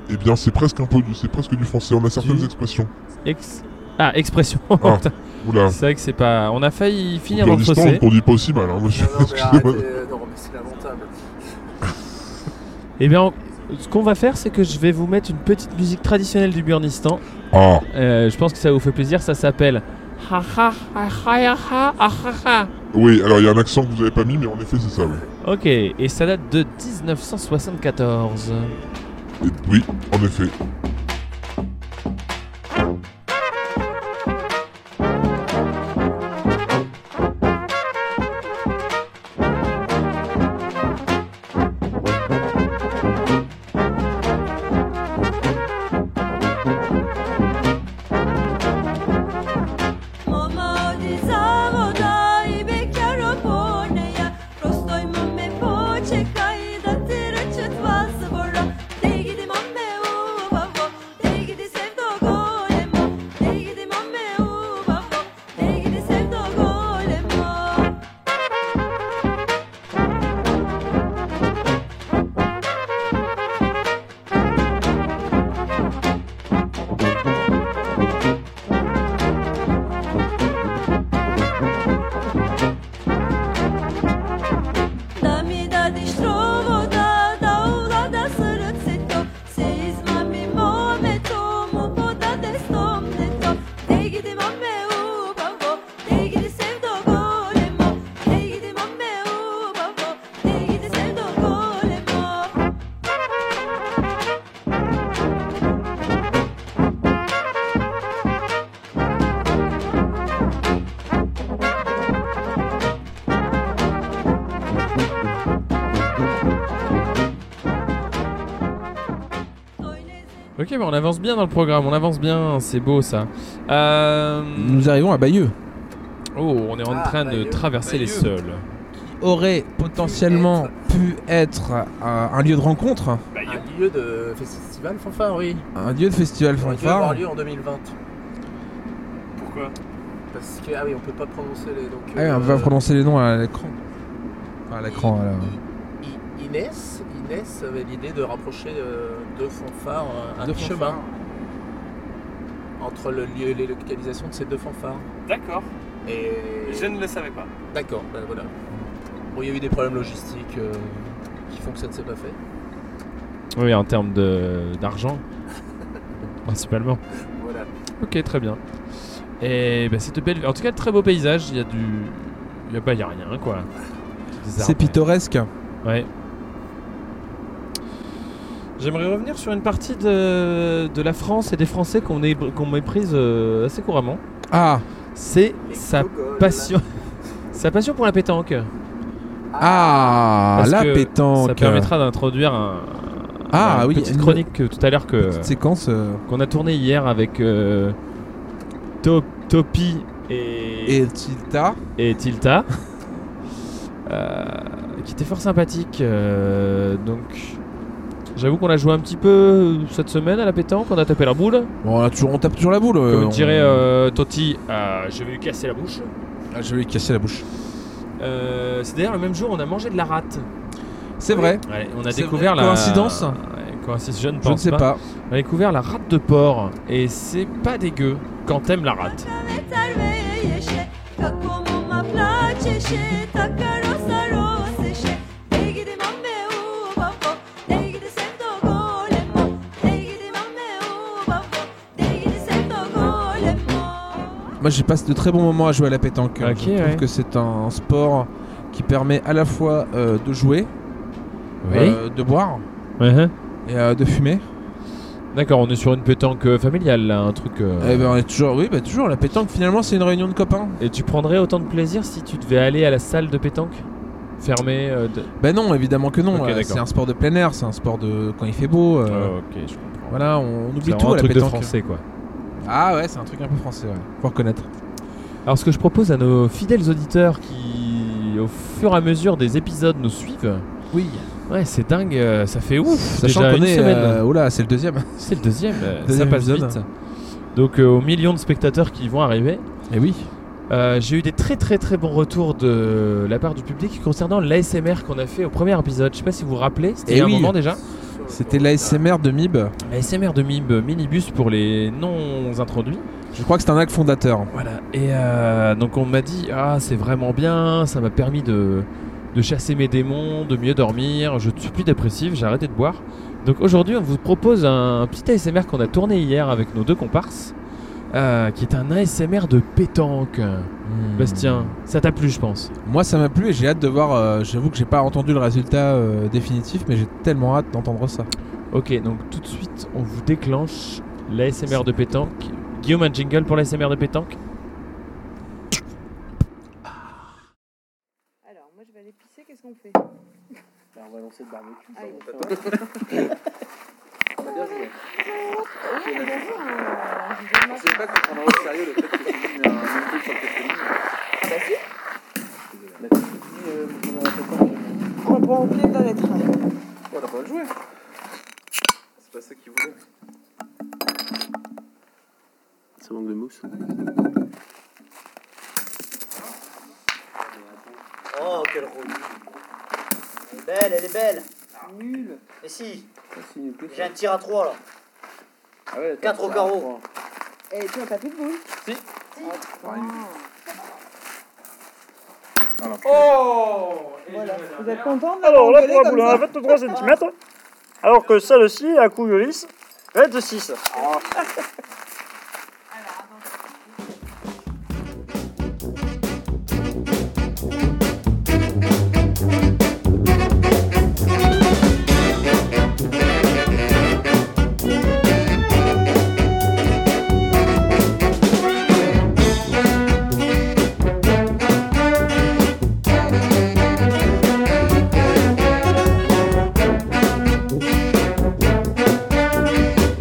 [SPEAKER 7] Eh bien, c'est presque un peu du, c'est presque du français. On a certaines
[SPEAKER 1] Du-
[SPEAKER 7] expressions.
[SPEAKER 1] Ex- Ah, expression.
[SPEAKER 7] Ah, Oula.
[SPEAKER 1] c'est vrai que c'est pas. On a failli
[SPEAKER 7] Au
[SPEAKER 1] finir dans le
[SPEAKER 7] Burnistan, on ne
[SPEAKER 1] fossé.
[SPEAKER 7] produit pas aussi mal, hein, monsieur.
[SPEAKER 4] Non, non, mais
[SPEAKER 7] Excusez-moi.
[SPEAKER 4] arrêtez. euh, Non, mais c'est lamentable.
[SPEAKER 1] Eh bien, on- ce qu'on va faire, c'est que je vais vous mettre une petite musique traditionnelle du Burnistan.
[SPEAKER 7] Ah,
[SPEAKER 1] Euh, je pense que ça vous fait plaisir. Ça s'appelle. Ha ha ha ha ha ha ha ha.
[SPEAKER 7] oui, alors il y a un accent que vous n'avez pas mis, mais en effet, c'est ça. oui.
[SPEAKER 1] Ok, et ça date de 1974.
[SPEAKER 7] Et- oui, en effet.
[SPEAKER 5] Momodi zavodaj bekjaro poneja Prostoj mome počekaj da ti reče dva zbora Ti gidi mome u ovo
[SPEAKER 1] Ok, bah on avance bien dans le programme, on avance bien, c'est beau ça. Euh,
[SPEAKER 2] Nous arrivons à Bayeux,
[SPEAKER 1] Oh, on est en
[SPEAKER 4] Ah,
[SPEAKER 1] train de
[SPEAKER 4] Bayeux,
[SPEAKER 1] traverser les
[SPEAKER 4] Bayeux.
[SPEAKER 1] sols.
[SPEAKER 2] qui aurait potentiellement pu être euh, un lieu de rencontre,
[SPEAKER 4] Un lieu de festival fanfare, oui.
[SPEAKER 2] un lieu de festival
[SPEAKER 4] Aurait dû avoir
[SPEAKER 2] fanfare. Ah
[SPEAKER 4] lieu en 2020.
[SPEAKER 6] Pourquoi
[SPEAKER 4] Parce que, ah oui, on peut pas prononcer les. Donc, euh,
[SPEAKER 2] Ah, on va prononcer les noms à l'écran. Enfin, à l'écran, à la-
[SPEAKER 4] I- I- Inès, Inès avait l'idée de rapprocher euh, deux fanfares, euh, un
[SPEAKER 2] Deux
[SPEAKER 4] chemin entre le lieu et les localisations de ces deux fanfares.
[SPEAKER 6] D'accord,
[SPEAKER 4] Et.
[SPEAKER 6] je ne le savais pas.
[SPEAKER 4] D'accord, ben voilà. Bon, il y a eu des problèmes logistiques euh, qui font que ça ne s'est pas fait.
[SPEAKER 1] Oui, en termes de- d'argent, principalement.
[SPEAKER 4] Voilà.
[SPEAKER 1] Ok, très bien. Et bah, cette belle, en tout cas, très beau paysage. Il y a du, il y a, bah, il y a rien quoi. Des
[SPEAKER 2] C'est
[SPEAKER 1] arbres.
[SPEAKER 2] pittoresque.
[SPEAKER 1] Ouais. J'aimerais revenir sur une partie de, de la France et des Français qu'on est- qu'on méprise euh, assez couramment.
[SPEAKER 2] Ah,
[SPEAKER 1] C'est
[SPEAKER 4] Les
[SPEAKER 1] sa
[SPEAKER 4] Gogoles.
[SPEAKER 1] passion, sa passion pour la pétanque.
[SPEAKER 2] ah,
[SPEAKER 1] Parce
[SPEAKER 2] la
[SPEAKER 1] que
[SPEAKER 2] pétanque.
[SPEAKER 1] Ça permettra d'introduire un,
[SPEAKER 2] Ah
[SPEAKER 1] une
[SPEAKER 2] oui,
[SPEAKER 1] petite
[SPEAKER 2] une-
[SPEAKER 1] chronique que- tout à l'heure que
[SPEAKER 2] Petite séquence. euh,
[SPEAKER 1] qu'on a tournée hier avec euh, Top- Topi et,
[SPEAKER 2] Et Tilta.
[SPEAKER 1] et Tilta, euh, qui était fort sympathique. euh, donc, j'avoue qu'on a joué un petit peu euh, cette semaine à la pétanque, on a tapé la boule.
[SPEAKER 2] Bon, on, a toujours, on tape toujours la boule. euh,
[SPEAKER 1] Comme
[SPEAKER 2] on-
[SPEAKER 1] dirait euh, Totti, euh, je vais lui casser la bouche.
[SPEAKER 2] Ah, je vais lui casser la bouche.
[SPEAKER 1] Euh, c'est d'ailleurs le même jour, on a mangé de la rate.
[SPEAKER 2] C'est vrai.
[SPEAKER 1] Ouais, on a
[SPEAKER 2] C'est
[SPEAKER 1] découvert
[SPEAKER 2] vrai.
[SPEAKER 1] la
[SPEAKER 2] Coïncidence
[SPEAKER 1] Ouais, coïncidence, je ne
[SPEAKER 2] Je ne
[SPEAKER 1] pense
[SPEAKER 2] sais pas.
[SPEAKER 1] On a découvert la rate de porc et c'est pas dégueu quand t'aimes la rate.
[SPEAKER 2] Moi, j'ai passé de très bons moments à jouer à la pétanque.
[SPEAKER 1] Ok,
[SPEAKER 2] je trouve
[SPEAKER 1] ouais.
[SPEAKER 2] que c'est un sport qui permet à la fois euh, de jouer, euh, de boire
[SPEAKER 1] Uh-huh.
[SPEAKER 2] et euh, de fumer.
[SPEAKER 1] D'accord, on est sur une pétanque euh, familiale là, un truc. euh,
[SPEAKER 2] Eh ben, on est toujours, oui, bah, toujours. La pétanque, finalement, c'est une réunion de copains.
[SPEAKER 1] Et tu prendrais autant de plaisir si tu devais aller à la salle de pétanque fermée euh, de-
[SPEAKER 2] Ben non, évidemment que non.
[SPEAKER 1] Ok,
[SPEAKER 2] Euh,
[SPEAKER 1] d'accord.
[SPEAKER 2] c'est un sport de plein air, c'est un sport de quand il fait beau. euh,
[SPEAKER 1] Ah, ok, je comprends.
[SPEAKER 2] Voilà, on, on
[SPEAKER 1] C'est
[SPEAKER 2] oublie
[SPEAKER 1] vraiment
[SPEAKER 2] tout
[SPEAKER 1] un
[SPEAKER 2] à la
[SPEAKER 1] truc de
[SPEAKER 2] pétanque.
[SPEAKER 1] français quoi.
[SPEAKER 2] Ah ouais, c'est un truc un peu français, ouais. Faut reconnaître.
[SPEAKER 1] Alors ce que je propose à nos fidèles auditeurs qui au fur et à mesure des épisodes nous suivent,
[SPEAKER 2] Oui.
[SPEAKER 1] ouais c'est dingue, euh, ça fait ouf
[SPEAKER 2] Sachant
[SPEAKER 1] déjà
[SPEAKER 2] qu'on
[SPEAKER 1] une
[SPEAKER 2] est.
[SPEAKER 1] semaine.
[SPEAKER 2] euh, oula, c'est le deuxième.
[SPEAKER 1] C'est le deuxième, euh, ça
[SPEAKER 2] Deuxième
[SPEAKER 1] passe
[SPEAKER 2] épisode.
[SPEAKER 1] vite. Donc euh, aux millions de spectateurs qui vont arriver,
[SPEAKER 2] Et oui.
[SPEAKER 1] Euh, j'ai eu des très très très bons retours de la part du public concernant l'ASMR qu'on a fait au premier épisode. Je sais pas si vous vous rappelez, c'était il y a
[SPEAKER 2] Eh oui.
[SPEAKER 1] un moment déjà.
[SPEAKER 2] C'était l'ASMR de Mib.
[SPEAKER 1] ASMR de MIB, euh, minibus pour les non introduits.
[SPEAKER 2] Je crois que c'est un acte fondateur.
[SPEAKER 1] Voilà. Et euh, donc on m'a dit ah c'est vraiment bien, ça m'a permis de, de chasser mes démons, de mieux dormir. Je ne suis plus dépressif, j'ai arrêté de boire. Donc aujourd'hui on vous propose un, un petit ASMR qu'on a tourné hier avec nos deux comparses, euh, qui est un ASMR de pétanque. Bastien, ça t'a plu je pense.
[SPEAKER 2] Moi, ça m'a plu et j'ai hâte de voir. euh, J'avoue que j'ai pas entendu le résultat euh, définitif, mais j'ai tellement hâte d'entendre ça.
[SPEAKER 1] Ok, donc tout de suite, on vous déclenche l'ASMR de pétanque. Guillaume, un jingle pour l'ASMR de pétanque
[SPEAKER 8] Alors, moi je vais aller pisser, qu'est-ce qu'on fait
[SPEAKER 4] on va lancer le barbecue.
[SPEAKER 8] Ah, il est
[SPEAKER 4] bien joué.
[SPEAKER 8] bonjour.
[SPEAKER 4] Je ne pas qu'on prendra au sérieux le fait que tu dises un mot sur le
[SPEAKER 8] Ah bah si,
[SPEAKER 4] Mais tu dis, euh, qu'on a la pétanque.
[SPEAKER 8] on va oublier de la lettre.
[SPEAKER 4] On va le jouer. C'est pas ça qu'ils voulaient. Ça manque de mousse.
[SPEAKER 9] Oh, quelle rouille Elle est belle, elle est belle
[SPEAKER 4] Nul.
[SPEAKER 9] Mais si, j'ai
[SPEAKER 4] Ah
[SPEAKER 9] un tir à 3 là.
[SPEAKER 4] ouais, t'as
[SPEAKER 9] Quatre au
[SPEAKER 4] ça,
[SPEAKER 9] carreau.
[SPEAKER 4] trois.
[SPEAKER 8] Et toi, t'as plus de boule
[SPEAKER 4] Si.
[SPEAKER 8] Voilà, vous êtes content de
[SPEAKER 6] Alors
[SPEAKER 8] la
[SPEAKER 6] là, pour la boule,
[SPEAKER 8] comme
[SPEAKER 6] à
[SPEAKER 8] ça
[SPEAKER 6] 23 cm, alors que celle-ci, à coup de lisse, est de 6.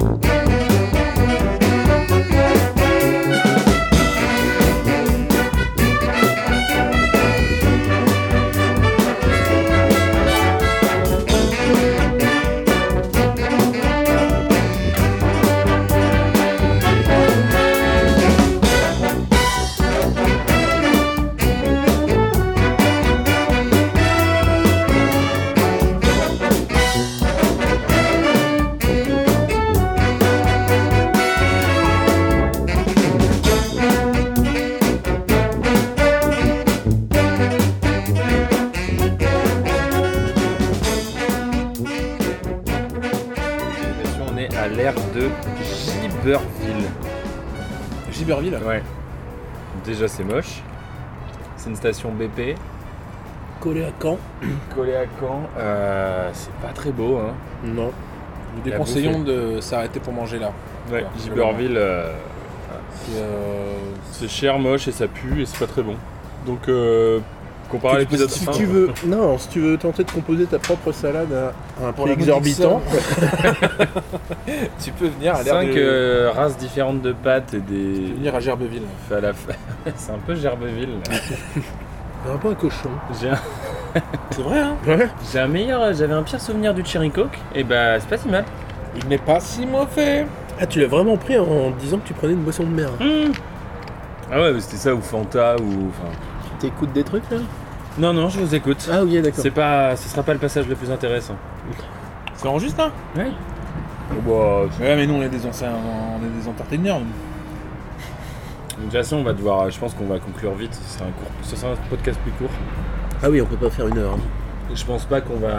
[SPEAKER 8] Allez,
[SPEAKER 1] Gibberville.
[SPEAKER 4] Giberville
[SPEAKER 1] Ouais. Déjà, c'est moche. C'est une station BP.
[SPEAKER 4] Collé à Caen.
[SPEAKER 1] Collé à Caen. Euh, c'est pas très beau, hein.
[SPEAKER 4] Non.
[SPEAKER 1] Nous
[SPEAKER 4] Nous déconseillons de s'arrêter pour manger là.
[SPEAKER 1] Ouais,
[SPEAKER 4] Voilà.
[SPEAKER 1] Giberville. euh,
[SPEAKER 4] Puis, euh,
[SPEAKER 1] c'est cher, moche et ça pue et c'est pas très bon. Donc, euh,
[SPEAKER 4] Ah,
[SPEAKER 1] comparé à l'épisode
[SPEAKER 4] si
[SPEAKER 1] 5.
[SPEAKER 4] tu veux, non, si tu veux tenter de composer ta propre salade à un
[SPEAKER 1] Pour
[SPEAKER 4] prix
[SPEAKER 1] la modique
[SPEAKER 4] exorbitant,
[SPEAKER 1] tu peux venir
[SPEAKER 4] à l'air
[SPEAKER 1] 5
[SPEAKER 4] de-
[SPEAKER 1] euh, races différentes de pâtes et des.
[SPEAKER 4] venir à Gerbeville.
[SPEAKER 1] Fait à la fin- c'est un peu Gerbeville. là.
[SPEAKER 4] Un peu un cochon.
[SPEAKER 1] J'ai un-
[SPEAKER 4] C'est vrai, hein
[SPEAKER 10] J'ai un meilleur, j'avais un pire souvenir du Cherry Coke.
[SPEAKER 1] Eh
[SPEAKER 10] Et
[SPEAKER 1] ben,
[SPEAKER 10] bah, c'est pas si mal.
[SPEAKER 4] Il n'est pas si mauvais. Ah, tu l'as vraiment pris en disant que tu prenais une boisson de mer.
[SPEAKER 1] Ah ouais, mais c'était ça ou Fanta ou. enfin,
[SPEAKER 4] T'écoutes des trucs là
[SPEAKER 10] Non, non, je vous écoute.
[SPEAKER 4] Ah oui, d'accord.
[SPEAKER 10] C'est pas, ce sera pas le passage le plus intéressant.
[SPEAKER 2] Ça enregistre là
[SPEAKER 10] Oui.
[SPEAKER 1] Oh, bon,
[SPEAKER 2] hein Ouais, mais nous on est des anciens, on est des entertainers. nous.
[SPEAKER 1] de toute façon, on va devoir. Je pense qu'on va conclure vite. Ce sera un, court- ce sera un podcast plus court.
[SPEAKER 4] Ah oui, on peut pas faire une heure. hein.
[SPEAKER 1] Et Je pense pas qu'on va.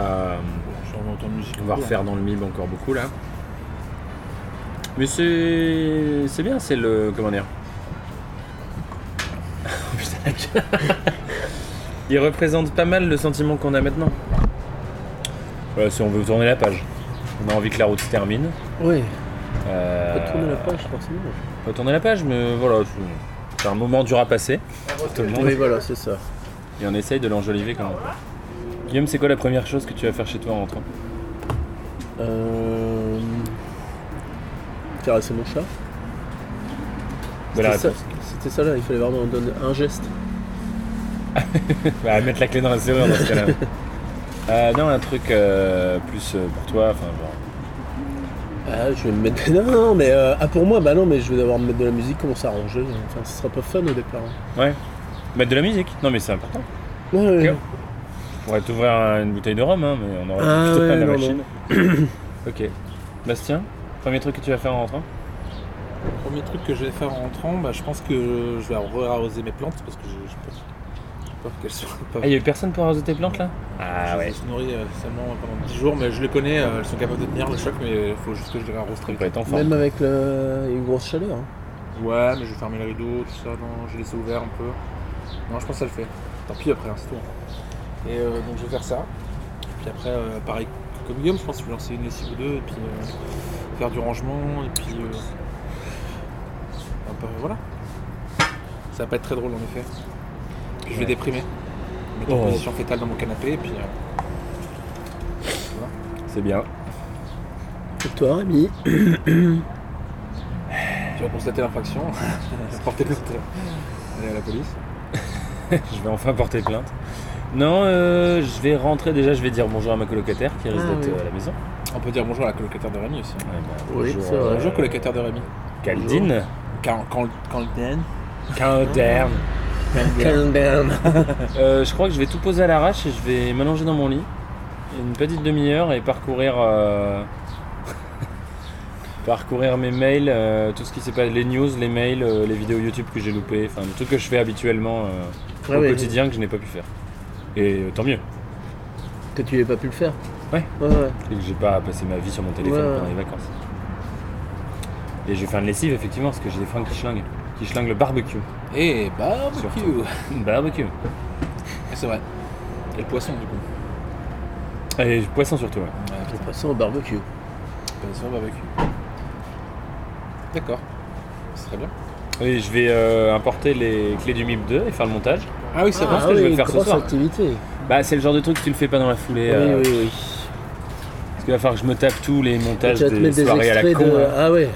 [SPEAKER 2] Genre, on entend de musique.
[SPEAKER 1] On va refaire dans le mime encore beaucoup là. Mais c'est. C'est bien, c'est le. Comment dire Oh, putain, la gueule. Il représente pas mal le sentiment qu'on a maintenant. Voilà, si on veut tourner la page. On a envie que la route se termine.
[SPEAKER 4] Ouais,
[SPEAKER 1] Euh,
[SPEAKER 4] pas tourner la page forcément.
[SPEAKER 1] on peut tourner la page, mais voilà, c'est- c'est un moment dur à passer pour tout le monde.
[SPEAKER 4] Oui, voilà, c'est ça.
[SPEAKER 1] Et on essaye de l'enjoliver quand même. Guillaume, c'est quoi la première chose que tu vas faire chez toi en rentrant
[SPEAKER 4] Euh... Caresser mon chat.
[SPEAKER 1] Voilà,
[SPEAKER 4] C'était ça, c'était ça, là, il fallait vraiment donner un geste.
[SPEAKER 1] Bah, mettre la clé dans la serrure dans ce cas-là. Euh, non, un truc euh, plus euh, pour toi, enfin genre.
[SPEAKER 4] Ah, je vais me mettre. Non, non, mais. euh, Ah, pour moi, bah non, mais je vais devoir me mettre de la musique, comment s'arranger. Enfin, ce sera pas fun au départ. hein.
[SPEAKER 1] Ouais. Mettre de la musique. Non, mais c'est important.
[SPEAKER 4] Ouais, ouais.
[SPEAKER 1] Ok. On pourrait t'ouvrir un- une bouteille de rhum, hein, mais on aurait
[SPEAKER 4] Ah,
[SPEAKER 1] plutôt
[SPEAKER 4] ouais,
[SPEAKER 1] pas la
[SPEAKER 4] non,
[SPEAKER 1] machine. ok. Bastien, premier truc que tu vas faire en rentrant
[SPEAKER 2] Premier truc que je vais faire en rentrant, bah, je pense que je vais re-arroser mes plantes parce que je, je pense- j'ai peur qu'elles soient pas.
[SPEAKER 1] Ah, il y a eu personne pour arroser tes plantes là Ah
[SPEAKER 2] je
[SPEAKER 1] ouais.
[SPEAKER 2] les nourris euh, seulement pendant 10 jours, mais je les connais, euh, elles sont capables de tenir le choc, mais il faut juste que je les arrose très
[SPEAKER 1] On
[SPEAKER 2] vite.
[SPEAKER 1] peut être en forme.
[SPEAKER 4] Même avec le... une grosse chaleur. hein.
[SPEAKER 2] Ouais, mais je vais fermer le rideau, tout ça, non, j'ai laissé ouvert un peu. Non, je pense que ça le fait. Tant pis après, hein, c'est tout. Et euh, donc je vais faire ça. Puis après, euh, pareil comme Guillaume, je pense que je vais lancer une lessive ou deux, et puis euh, faire du rangement, et puis. euh, un peu, voilà. Ça va pas être très drôle en effet. Puis je vais
[SPEAKER 1] Ouais.
[SPEAKER 2] déprimer. Me Mettre
[SPEAKER 1] Oh.
[SPEAKER 2] en position fétale dans mon canapé, et puis. euh,
[SPEAKER 1] C'est bien.
[SPEAKER 4] Et toi, Rémi
[SPEAKER 2] tu vas constater l'infraction. Porter plainte. Aller à la police.
[SPEAKER 1] je vais enfin porter plainte. Non, euh, je vais rentrer déjà, je vais dire bonjour à ma colocataire qui risque
[SPEAKER 4] Ah,
[SPEAKER 1] d'être
[SPEAKER 4] oui.
[SPEAKER 1] euh, à la maison.
[SPEAKER 2] On peut dire bonjour à la colocataire de Rémi aussi.
[SPEAKER 1] Ouais, bah,
[SPEAKER 4] Oui,
[SPEAKER 1] bonjour,
[SPEAKER 4] c'est vrai.
[SPEAKER 1] euh,
[SPEAKER 2] Bonjour, colocataire de Rémi.
[SPEAKER 1] Caldine.
[SPEAKER 2] Quand, quand, quand le
[SPEAKER 1] Calderne.
[SPEAKER 4] Calm down.
[SPEAKER 1] Euh, je crois que je vais tout poser à l'arrache et je vais m'allonger dans mon lit une petite demi-heure et parcourir euh, parcourir mes mails, euh, tout ce qui s'est passé, les news, les mails, euh, les vidéos YouTube que j'ai loupées, enfin le truc que je fais habituellement euh,
[SPEAKER 4] Ah
[SPEAKER 1] au
[SPEAKER 4] ouais,
[SPEAKER 1] quotidien que je n'ai pas pu faire. Et euh, tant mieux,
[SPEAKER 4] Que tu n'aies pas pu le faire.
[SPEAKER 1] Ouais.
[SPEAKER 4] Ouais, ouais.
[SPEAKER 1] et que j'ai pas passé ma vie sur mon téléphone
[SPEAKER 4] Ouais.
[SPEAKER 1] pendant les vacances. Et je vais faire une lessive effectivement parce que j'ai des fringues qui schlinguent, qui schlinguent le barbecue,
[SPEAKER 2] Et barbecue
[SPEAKER 1] Surtout. barbecue.
[SPEAKER 2] Ah, C'est vrai. Et le poisson, du coup.
[SPEAKER 1] Et du poisson surtout. ouais.
[SPEAKER 4] On passe au barbecue.
[SPEAKER 2] Poisson, barbecue. D'accord. C'est très bien.
[SPEAKER 1] Oui, je vais euh, importer les clés du MIP 2 et faire le montage.
[SPEAKER 2] Ah oui, c'est
[SPEAKER 1] Ah,
[SPEAKER 2] vrai.
[SPEAKER 1] ce que je vais
[SPEAKER 4] oui,
[SPEAKER 1] faire ce
[SPEAKER 4] grosse
[SPEAKER 1] soir.
[SPEAKER 4] activité.
[SPEAKER 1] Bah c'est le genre de truc que tu le fais pas dans la foulée. euh,
[SPEAKER 4] Oui, oui, oui.
[SPEAKER 1] Parce qu'il va falloir que je me tape tous les montages
[SPEAKER 4] tu vas te
[SPEAKER 1] des
[SPEAKER 4] mettre des
[SPEAKER 1] soirées à la
[SPEAKER 4] extraits
[SPEAKER 1] con.
[SPEAKER 4] de.
[SPEAKER 1] là.
[SPEAKER 4] Ah ouais.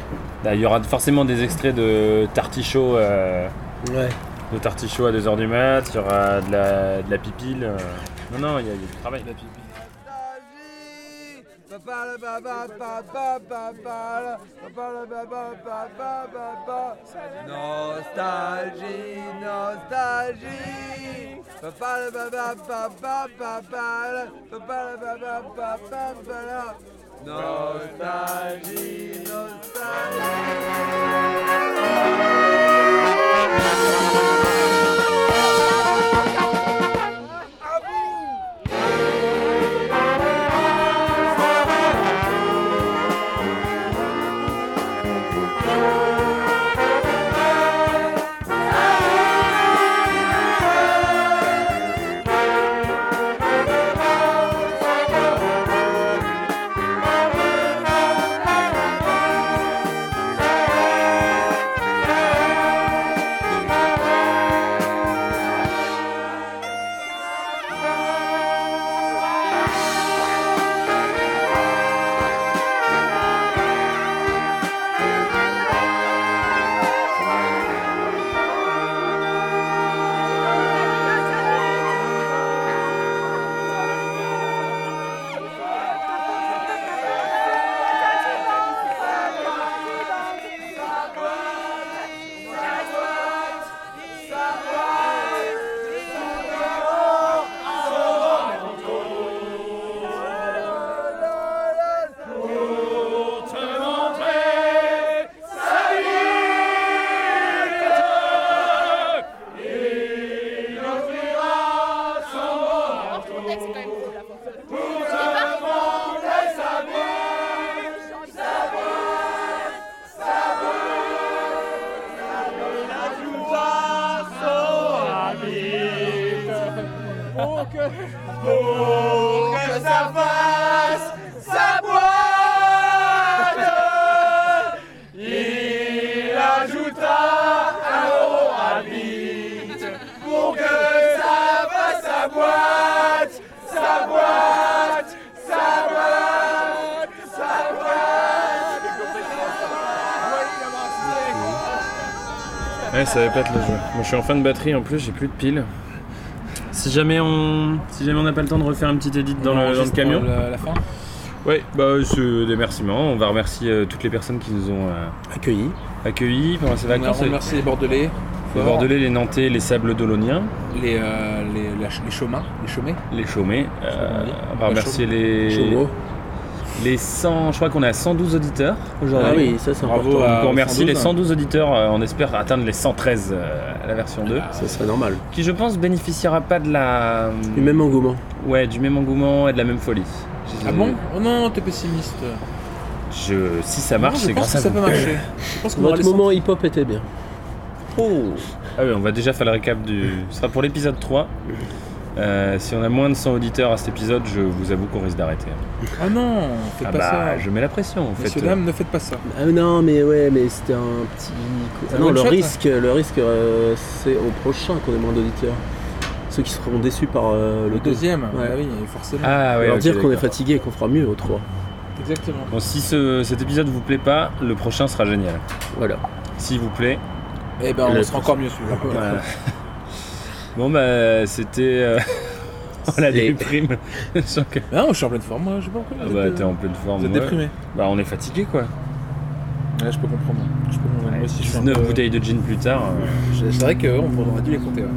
[SPEAKER 1] Là, il y aura forcément des extraits de Tartichaud, euh,
[SPEAKER 4] Ouais.
[SPEAKER 1] de Tartichaud à 2h du mat, il y aura de la, de la pipile. euh. Non, non, il y, a il y a du travail.
[SPEAKER 9] Nostalgie, nostalgie. Papa le baba, papa, papa, le- papa le baba, papa, papa, la. Nostalgie, nostalgie.
[SPEAKER 11] Thank
[SPEAKER 9] Pour que, pour que ça fasse sa boîte, il ajoutera un euro à bite. Pour que ça fasse sa boîte, sa boîte, sa boîte, sa boîte.
[SPEAKER 1] Ouais, ça va pas être le jeu. Moi, je suis en fin de batterie en plus, j'ai plus de piles. Si jamais on si jamais on n'a pas le temps de refaire un petit edit dans,
[SPEAKER 12] On
[SPEAKER 1] le, dans le
[SPEAKER 12] enregistre
[SPEAKER 1] camion.
[SPEAKER 12] la- la fin
[SPEAKER 1] Ouais, bah c'est des remerciements. On va remercier euh, toutes les personnes qui nous ont accueillis. Accueillis pendant ces
[SPEAKER 2] On a
[SPEAKER 1] vacances.
[SPEAKER 2] remercié les
[SPEAKER 1] Les
[SPEAKER 2] Bordelais, fort.
[SPEAKER 1] Bordelais, les Nantais, les Sables d'Oloniens.
[SPEAKER 2] Les, euh, les, la- les chômeurs, les chômés.
[SPEAKER 1] Les chômés. euh, on va
[SPEAKER 2] Pas
[SPEAKER 1] remercier
[SPEAKER 2] chôme.
[SPEAKER 1] les.
[SPEAKER 2] Chômeaux.
[SPEAKER 1] Les 100, je crois qu'on est à 112 auditeurs aujourd'hui.
[SPEAKER 4] Ah oui, ça, c'est
[SPEAKER 1] Bravo.
[SPEAKER 4] important.
[SPEAKER 1] Donc on remercie
[SPEAKER 4] 112,
[SPEAKER 1] les
[SPEAKER 4] hein.
[SPEAKER 1] 112 auditeurs. euh, On espère atteindre les 113 euh, à la version 2.
[SPEAKER 2] Ah.
[SPEAKER 4] Ça serait normal.
[SPEAKER 1] Qui, je pense, bénéficiera pas de la. Du
[SPEAKER 4] même engouement.
[SPEAKER 1] Ouais, du même engouement et de la même folie.
[SPEAKER 2] Ah bon Oh non, t'es pessimiste.
[SPEAKER 1] Je... Si ça
[SPEAKER 2] Non,
[SPEAKER 1] marche,
[SPEAKER 2] je
[SPEAKER 1] c'est
[SPEAKER 2] pense
[SPEAKER 1] grâce
[SPEAKER 2] que
[SPEAKER 1] à
[SPEAKER 2] ça
[SPEAKER 1] vous.
[SPEAKER 2] peut marcher. Je pense qu'on aura
[SPEAKER 4] Votre
[SPEAKER 2] les
[SPEAKER 4] moment hip-hop était bien.
[SPEAKER 1] Oh. Ah oui, on va déjà faire le récap du. Ce sera pour l'épisode 3. Euh, si on a moins de 100 auditeurs à cet épisode, je vous avoue qu'on risque d'arrêter.
[SPEAKER 2] Ah non, faites
[SPEAKER 1] Ah
[SPEAKER 2] pas
[SPEAKER 1] bah, euh,
[SPEAKER 2] ça.
[SPEAKER 1] je mets la pression. En fait.
[SPEAKER 2] Messieurs, dames, ne faites pas ça.
[SPEAKER 4] Ah non, mais ouais, mais c'était un petit. coup-
[SPEAKER 2] C'est
[SPEAKER 4] Ah
[SPEAKER 2] un
[SPEAKER 4] non,
[SPEAKER 2] one
[SPEAKER 4] le
[SPEAKER 2] shot,
[SPEAKER 4] risque, le risque, euh, c'est au prochain qu'on ait moins d'auditeurs. Ceux qui seront déçus par euh, le,
[SPEAKER 2] Le
[SPEAKER 4] deux.
[SPEAKER 2] deuxième,
[SPEAKER 4] Ouais.
[SPEAKER 2] bah oui, forcément.
[SPEAKER 1] Ah ouais,
[SPEAKER 4] Leur
[SPEAKER 1] ok,
[SPEAKER 4] dire qu'on est
[SPEAKER 1] d'accord.
[SPEAKER 4] fatigué et qu'on fera mieux au 3.
[SPEAKER 1] Ah.
[SPEAKER 2] Exactement.
[SPEAKER 1] Bon, si ce- cet épisode vous plaît pas, le prochain sera génial.
[SPEAKER 4] Voilà.
[SPEAKER 1] S'il vous plaît.
[SPEAKER 2] Eh ben, on
[SPEAKER 1] Le
[SPEAKER 2] sera encore mieux celui-là.
[SPEAKER 1] Voilà. bon, bah, c'était. euh, on a
[SPEAKER 2] C'est-
[SPEAKER 1] déprime. Je sens que-
[SPEAKER 2] Bah non, je suis en pleine forme, moi, je sais pas pourquoi.
[SPEAKER 1] Ah
[SPEAKER 2] vous
[SPEAKER 1] bah,
[SPEAKER 2] êtes, euh,
[SPEAKER 1] t'es en pleine forme.
[SPEAKER 2] Vous êtes
[SPEAKER 1] ouais.
[SPEAKER 2] déprimé.
[SPEAKER 1] Bah, on est fatigué, quoi.
[SPEAKER 2] Ouais, je peux comprendre. Je peux comprendre. Moi aussi, je suis un
[SPEAKER 1] 19
[SPEAKER 2] peu-
[SPEAKER 1] bouteilles de gin plus tard. euh.
[SPEAKER 2] C'est vrai qu'on aurait dû les compter. ouais.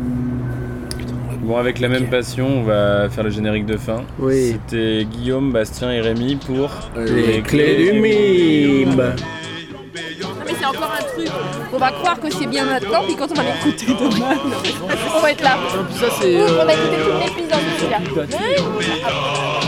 [SPEAKER 1] Bon, avec la même passion, on va faire le générique de fin.
[SPEAKER 4] Oui.
[SPEAKER 1] C'était Guillaume, Bastien et Rémi pour
[SPEAKER 4] Les clés du mime.
[SPEAKER 13] Ah, Mais c'est encore un truc. On va croire que c'est bien maintenant, puis quand on va l'écouter demain, on va être là.
[SPEAKER 4] ça, c'est,
[SPEAKER 13] Ouh, On
[SPEAKER 4] euh,
[SPEAKER 13] a écouté tout l'épisode jusqu'à.
[SPEAKER 3] Ah, ah.